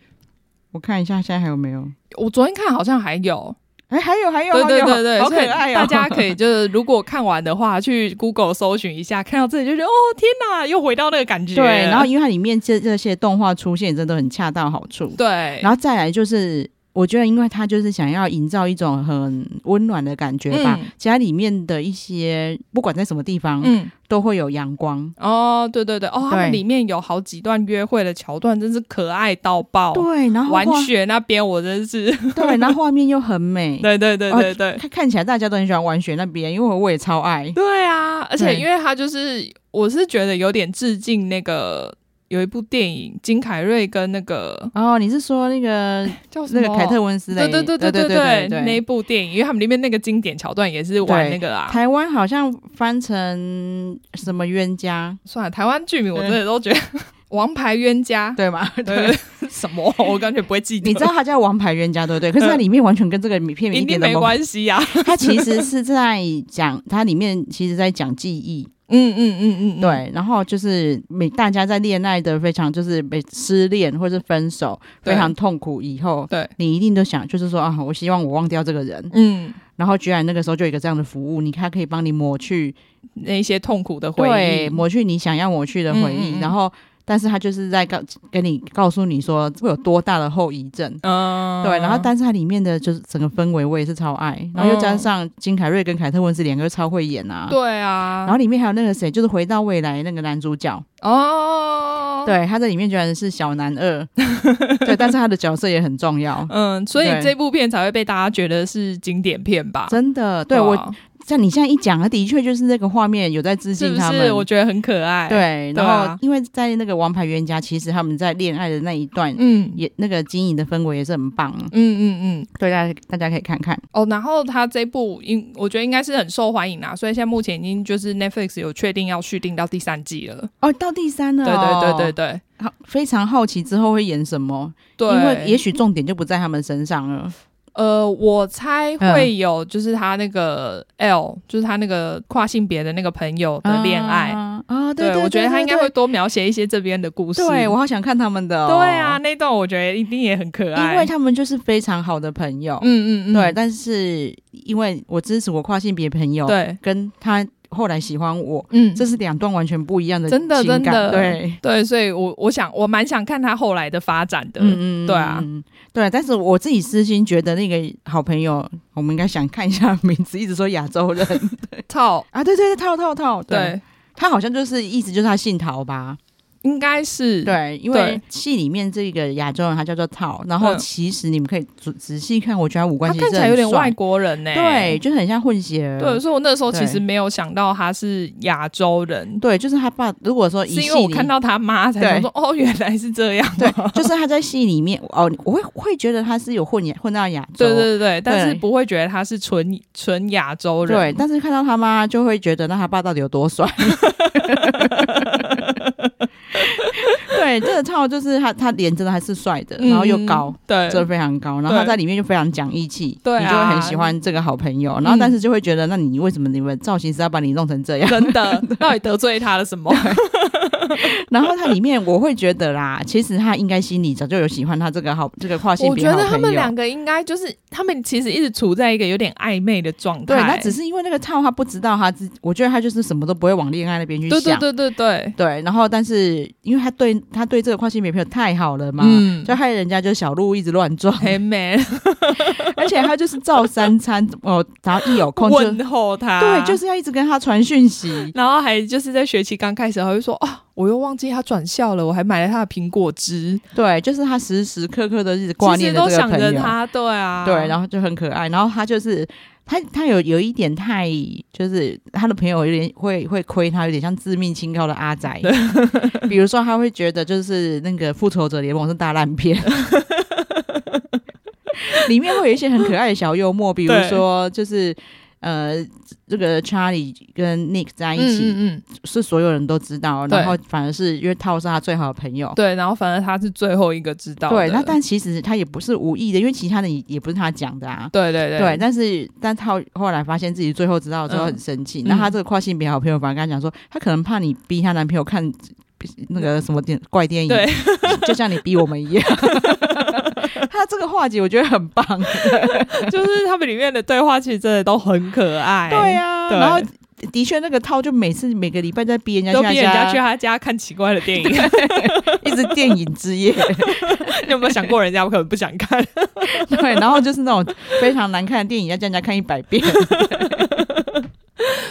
Speaker 1: 我看一下现在还有没有？
Speaker 2: 我昨天看好像还有，
Speaker 1: 哎、还有还有，
Speaker 2: 对对
Speaker 1: 还有
Speaker 2: 对对，
Speaker 1: 好可
Speaker 2: 所以
Speaker 1: 爱哦！
Speaker 2: 大家可以就是如果看完的话，去 Google 搜寻一下，看到这里就觉得哦天哪，又回到那个感 觉。
Speaker 1: 对，然后因为它里面这这些动画出现，真的很恰到好处。
Speaker 2: 对，
Speaker 1: 然后再来就是，我觉得因为他就是想要营造一种很温暖的感觉吧，
Speaker 2: 嗯
Speaker 1: 家里面的一些不管在什么地方、
Speaker 2: 嗯。
Speaker 1: 都会有阳光。
Speaker 2: 哦，对对对，哦，他
Speaker 1: 对
Speaker 2: 们里面有好几段约会的桥段，真是可爱到爆。
Speaker 1: 对，然后
Speaker 2: 哦玩
Speaker 1: 画
Speaker 2: 雪那边我真是，
Speaker 1: 对，然后画面又很美。
Speaker 2: 对对对对
Speaker 1: 哦
Speaker 2: 对，
Speaker 1: 看看起来大家都很喜欢玩雪那边，因为我也超爱。
Speaker 2: 对啊，而且
Speaker 1: 对
Speaker 2: 因为他就是我是觉得有点致敬那个有一部电影，金凯瑞跟那个
Speaker 1: 哦，你是说那个
Speaker 2: 叫什
Speaker 1: 那
Speaker 2: 么
Speaker 1: 个凯特温斯
Speaker 2: 对
Speaker 1: 莱？
Speaker 2: 对对
Speaker 1: 对
Speaker 2: 对
Speaker 1: 对
Speaker 2: 那一部电影，因为他们里面那个经典桥段也是玩那个啊。
Speaker 1: 台湾好像翻成什么冤家，
Speaker 2: 算了，台湾剧名我
Speaker 1: 对
Speaker 2: 真的都觉 得《王牌冤家》
Speaker 1: 对吗？
Speaker 2: 对对对 什么，我感觉不会记得，
Speaker 1: 你知道它叫《王牌冤家》对不对？可是它里面完全跟这个片名
Speaker 2: 嗯一
Speaker 1: 一点
Speaker 2: 定
Speaker 1: 都
Speaker 2: 没
Speaker 1: 没关
Speaker 2: 关系啊呀、
Speaker 1: 系。它其实是在讲，它里面其实在讲记忆，
Speaker 2: 嗯嗯嗯嗯，嗯，
Speaker 1: 对。然后就是每大家在恋爱的非常就是被失恋或是分手
Speaker 2: 对
Speaker 1: 非常痛苦以后，
Speaker 2: 对
Speaker 1: 你一定都想就是说啊，我希望我忘掉这个人。
Speaker 2: 嗯，
Speaker 1: 然后居然那个时候就有一个这样的服务，你看可以帮你抹去，
Speaker 2: 那一些痛苦的回
Speaker 1: 对，
Speaker 2: 忆，
Speaker 1: 抹去你想要抹去的回忆。
Speaker 2: 嗯嗯嗯
Speaker 1: 然后，但是他就是在告跟你告诉你说会有多大的后遗症。
Speaker 2: 嗯，
Speaker 1: 对，然后但是它里面的就是整个氛围我也是超爱，然后又加上金凯瑞跟凯特温斯两个都超会演啊。。
Speaker 2: 嗯对啊，
Speaker 1: 然后里面还有那个谁，就是回到未来那个男主角，
Speaker 2: 哦，，
Speaker 1: 对，他在里面居然是小男 二，对，但是他的角色也很重要，
Speaker 2: 嗯，所以
Speaker 1: 对
Speaker 2: 这部片才会被大家觉得是经典片吧？
Speaker 1: 真的，对我
Speaker 2: 吧
Speaker 1: 像你现在一讲，他的确就是那个画面有在致
Speaker 2: 是
Speaker 1: 敬
Speaker 2: 不
Speaker 1: 他们，
Speaker 2: 是？我觉得很可爱。，
Speaker 1: 对，
Speaker 2: 对
Speaker 1: 然
Speaker 2: 啊
Speaker 1: 后因为在那个《王牌冤家》，其实他们在恋爱的那一段，
Speaker 2: 嗯。
Speaker 1: 也那个经营的氛围也是很棒，
Speaker 2: 嗯嗯嗯，
Speaker 1: 对大家大家可以看看。
Speaker 2: 哦，然后他这部应我觉得应该是很受欢迎啦，所以现在目前已经就是 Netflix 有确定要续订到第三季了。
Speaker 1: 哦，到第三了、
Speaker 2: 对对对
Speaker 1: 对
Speaker 2: 对对，
Speaker 1: 好，非常好奇之后会演什么，
Speaker 2: 对，
Speaker 1: 因为也许重点就不在他们身上了。
Speaker 2: 呃，我猜会有就是他那个 L，、就是他那个跨性别的那个朋友的恋爱。
Speaker 1: 啊，啊对
Speaker 2: 我觉得他应该会。多描写一些这边的故事。
Speaker 1: 对对我好想看他们的、哦。
Speaker 2: 对啊，，那段我觉得一定也很可爱，
Speaker 1: 因为他们就是非常好的朋友。
Speaker 2: 嗯嗯嗯，
Speaker 1: 对，但是因为我支持我跨性别朋友，
Speaker 2: 对，
Speaker 1: 跟他后来喜欢我，
Speaker 2: 嗯，
Speaker 1: 这是两段完全不一样的
Speaker 2: 真的
Speaker 1: 情感
Speaker 2: 真的
Speaker 1: 对，
Speaker 2: 对，所以我我想我蛮想看他后来的发展的。
Speaker 1: 嗯嗯，
Speaker 2: 对啊
Speaker 1: 嗯，嗯对。但是我自己私心觉得那个好朋友，我们应该想看一下名字，一直说亚洲 人
Speaker 2: 套
Speaker 1: 啊，对对对，套套套，
Speaker 2: 对，
Speaker 1: 他好像就是意思就是他姓陶吧？
Speaker 2: 应该是
Speaker 1: 对，因
Speaker 2: 对
Speaker 1: 为戏里面这个亚洲人他叫做陶，然后
Speaker 2: 嗯
Speaker 1: 其实你们可以仔仔细看，我觉得他五
Speaker 2: 他
Speaker 1: 官其实
Speaker 2: 看起来有点
Speaker 1: 很帅
Speaker 2: 外，国人呢、欸
Speaker 1: 对，就是很像混血儿，
Speaker 2: 对，所以我那时候其
Speaker 1: 对
Speaker 2: 实没有想到他是亚洲人，
Speaker 1: 对，就是他爸。如果说以
Speaker 2: 是因
Speaker 1: 戏
Speaker 2: 为我
Speaker 1: 里
Speaker 2: 看到他妈才想说哦，原来是这样。
Speaker 1: 对，就是他在戏里面哦，我会会觉得他是有混亚混到亚洲，
Speaker 2: 对对对，但
Speaker 1: 对
Speaker 2: 是不会觉得他是纯纯亚洲人。
Speaker 1: 对，但是看到他妈就会觉得，那他爸到底有多 帅？对，这个套就是他，他脸真的还是帅的，
Speaker 2: 嗯，
Speaker 1: 然后又高，
Speaker 2: 对
Speaker 1: 这非常高，然后
Speaker 2: 对
Speaker 1: 他在里面就非常讲义气，
Speaker 2: 对啊嗯
Speaker 1: 你就会很喜欢这个好朋友，然后但是就会觉得，那你为什么你们造型师要把你弄成这样？
Speaker 2: 真的，到底得罪他了什么？
Speaker 1: 然后他里面我会觉得啦，其实他应该心里早就有喜欢他这个好这个跨性
Speaker 2: 我
Speaker 1: 别
Speaker 2: 觉
Speaker 1: 好朋
Speaker 2: 得
Speaker 1: 友，
Speaker 2: 他们两个应该就是，他们其实一直处在一个有点暧昧的状态。
Speaker 1: 对，那只是因为那个套他不知道他自，我觉得他就是什么都不会往恋爱那边去想，
Speaker 2: 对对对对对，
Speaker 1: 对，然后但是因为他对他对这个跨性别朋友太好了嘛，
Speaker 2: 嗯
Speaker 1: 就害人家就小鹿一直乱撞，
Speaker 2: 很美，
Speaker 1: 而且他就是照三餐哦，然后一有空就
Speaker 2: 问啊候他，。
Speaker 1: 对，就。是要一直跟他传讯息
Speaker 2: 然后还就是在学期刚开始，还会说啊，我又忘记他转校了，我还买了他的苹果汁，
Speaker 1: 对，就是他时时刻刻的一直挂
Speaker 2: 其
Speaker 1: 念
Speaker 2: 实
Speaker 1: 着
Speaker 2: 都
Speaker 1: 这个
Speaker 2: 想
Speaker 1: 朋
Speaker 2: 着
Speaker 1: 友，
Speaker 2: 他，对啊，
Speaker 1: 对，然
Speaker 2: 后
Speaker 1: 后就很可爱。然后他就是他他有有一点太就是他的朋友有点会会亏他，有点像致命清高的 阿宅。比如说他会觉得就是那个复仇者联盟是大烂 片。里面会有一些很可爱的小幽默，比如
Speaker 2: 对
Speaker 1: 说就是呃，这个 Charlie 跟 Nick 在一起，
Speaker 2: 嗯嗯嗯，
Speaker 1: 是所有人都知道，
Speaker 2: 对
Speaker 1: 然后反而是因为套是他最好的朋友。
Speaker 2: 对，然后反正他是最后一个知道的，
Speaker 1: 对，那但其实他也不是无意的，因为其他的也也不是他讲的啊。
Speaker 2: 对对对
Speaker 1: 对，但是但套后来发现自己最后知道之后
Speaker 2: 嗯
Speaker 1: 很生气，
Speaker 2: 嗯
Speaker 1: 那他这个跨性别好朋友反而跟他讲说，他可能怕你逼他男朋友看那个什么电怪电影，
Speaker 2: 对
Speaker 1: 就像你逼我们一样。 他这个化解我觉得很棒，
Speaker 2: 就是他们里面的对话其实真的都很可爱，
Speaker 1: 对、啊，
Speaker 2: 哎对
Speaker 1: 然后的确那个套就每次每个礼拜在逼人家
Speaker 2: 都
Speaker 1: 去他
Speaker 2: 逼人家
Speaker 1: 家
Speaker 2: 去他家看奇怪的电影，
Speaker 1: 一直电影之夜，
Speaker 2: 你有没有想过人家可能不想看？
Speaker 1: 对，然后就是那种非常难看的电影要叫人家看一百遍，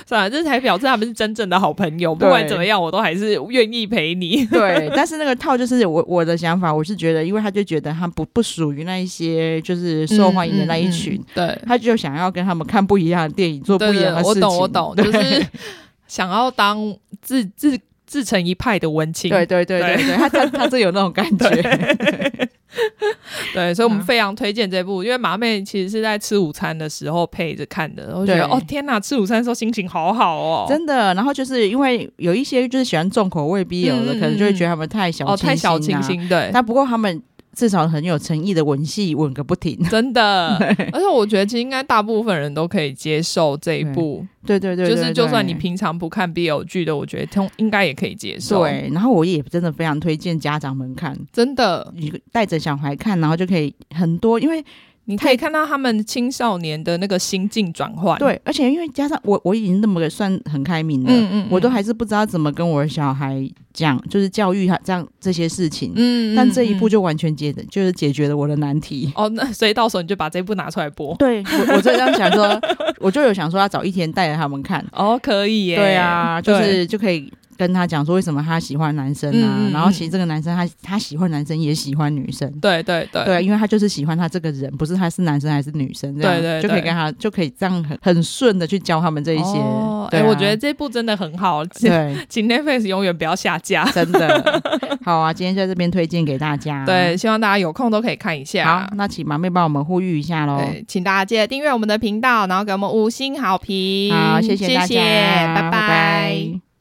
Speaker 2: 算了，这才表示他们是真正的好朋友。不
Speaker 1: 对
Speaker 2: 管怎么样，我都还是愿意陪 你。
Speaker 1: 对。但是那个套就是我我的想法，我是觉得，因为他就觉得他不不属于那一些就是 受欢迎的那一群，
Speaker 2: 嗯，嗯嗯对。
Speaker 1: 他就想要跟他们看不一样的电影，做不
Speaker 2: 对
Speaker 1: 一
Speaker 2: 对，
Speaker 1: 样的
Speaker 2: 我
Speaker 1: 事情。
Speaker 2: 懂，我懂，就
Speaker 1: 对
Speaker 2: 是想要当自自自成一派的文青，
Speaker 1: 对对对对对，他他他这有那种感觉，
Speaker 2: 对，所以我们
Speaker 1: 嗯
Speaker 2: 非常推荐这部，因为麻妹其实是在吃午餐的时候配着看的，我觉得
Speaker 1: 对
Speaker 2: 哦天哪，吃午餐的时候心情好好哦，
Speaker 1: 真的。然后就是因为有一些就是喜欢重口味 BL 的，
Speaker 2: 嗯嗯
Speaker 1: 可能就会觉得他们太小
Speaker 2: 哦太小
Speaker 1: 清
Speaker 2: 清
Speaker 1: 新啊。
Speaker 2: 新，对，
Speaker 1: 但不过他们至少很有诚意的吻戏，吻个不停。
Speaker 2: 真的，而且我觉得其实应该大部分人都可以接受这一部，
Speaker 1: 对对对，
Speaker 2: 就是
Speaker 1: 对
Speaker 2: 就算你
Speaker 1: 对
Speaker 2: 平常不看 BL 剧的，我觉得通应该也可以接受，，
Speaker 1: 对，然后我也真的非常推荐家长们看，
Speaker 2: 真的，
Speaker 1: 你带着小孩看，然后就可以很多，因为
Speaker 2: 你可以看到他们青少年的那个心境转换，，
Speaker 1: 对，而且因为加上我我已经那么个算很开明了，
Speaker 2: 嗯嗯，
Speaker 1: 我都
Speaker 2: 嗯
Speaker 1: 还是不知道怎么跟我的小孩讲，就是教育他这样这些事情。
Speaker 2: 嗯，
Speaker 1: 但这一步
Speaker 2: 就
Speaker 1: 就完全解的，就是解决了我的难 题。
Speaker 2: 哦，那所以到时候你就把这一部拿出来播，
Speaker 1: 对我，我就这样想说， 我就有想说要早一天带着他们看。
Speaker 2: 哦，可以耶，
Speaker 1: 对啊，就
Speaker 2: 对
Speaker 1: 是就可以跟他讲说为什么他喜欢男生啊，
Speaker 2: 嗯嗯嗯
Speaker 1: 然后其实这个男生他他喜欢男生也喜欢女生。
Speaker 2: 对对对
Speaker 1: 对，因为他就是喜欢他这个人，不是他是男生还是女生，这样
Speaker 2: 对对
Speaker 1: 就可以
Speaker 2: 对
Speaker 1: 跟他就可以这样很很顺的去教他们这一些。
Speaker 2: 哦
Speaker 1: 对
Speaker 2: 哎、
Speaker 1: 啊、
Speaker 2: 我觉得这部真的很好， 请
Speaker 1: 对，啊
Speaker 2: 请 Netflix 永远不要下架。
Speaker 1: 真的好啊！今天在这边推荐给大家。
Speaker 2: 对，，希望大家有空都可以看一
Speaker 1: 好
Speaker 2: 下，。
Speaker 1: 那请麻妹帮我们呼吁一下喽。
Speaker 2: 对，请大家记得订阅我们的频道，然后给我们五星好评。
Speaker 1: 好，谢谢大家，
Speaker 2: 嗯谢谢拜
Speaker 1: 拜拜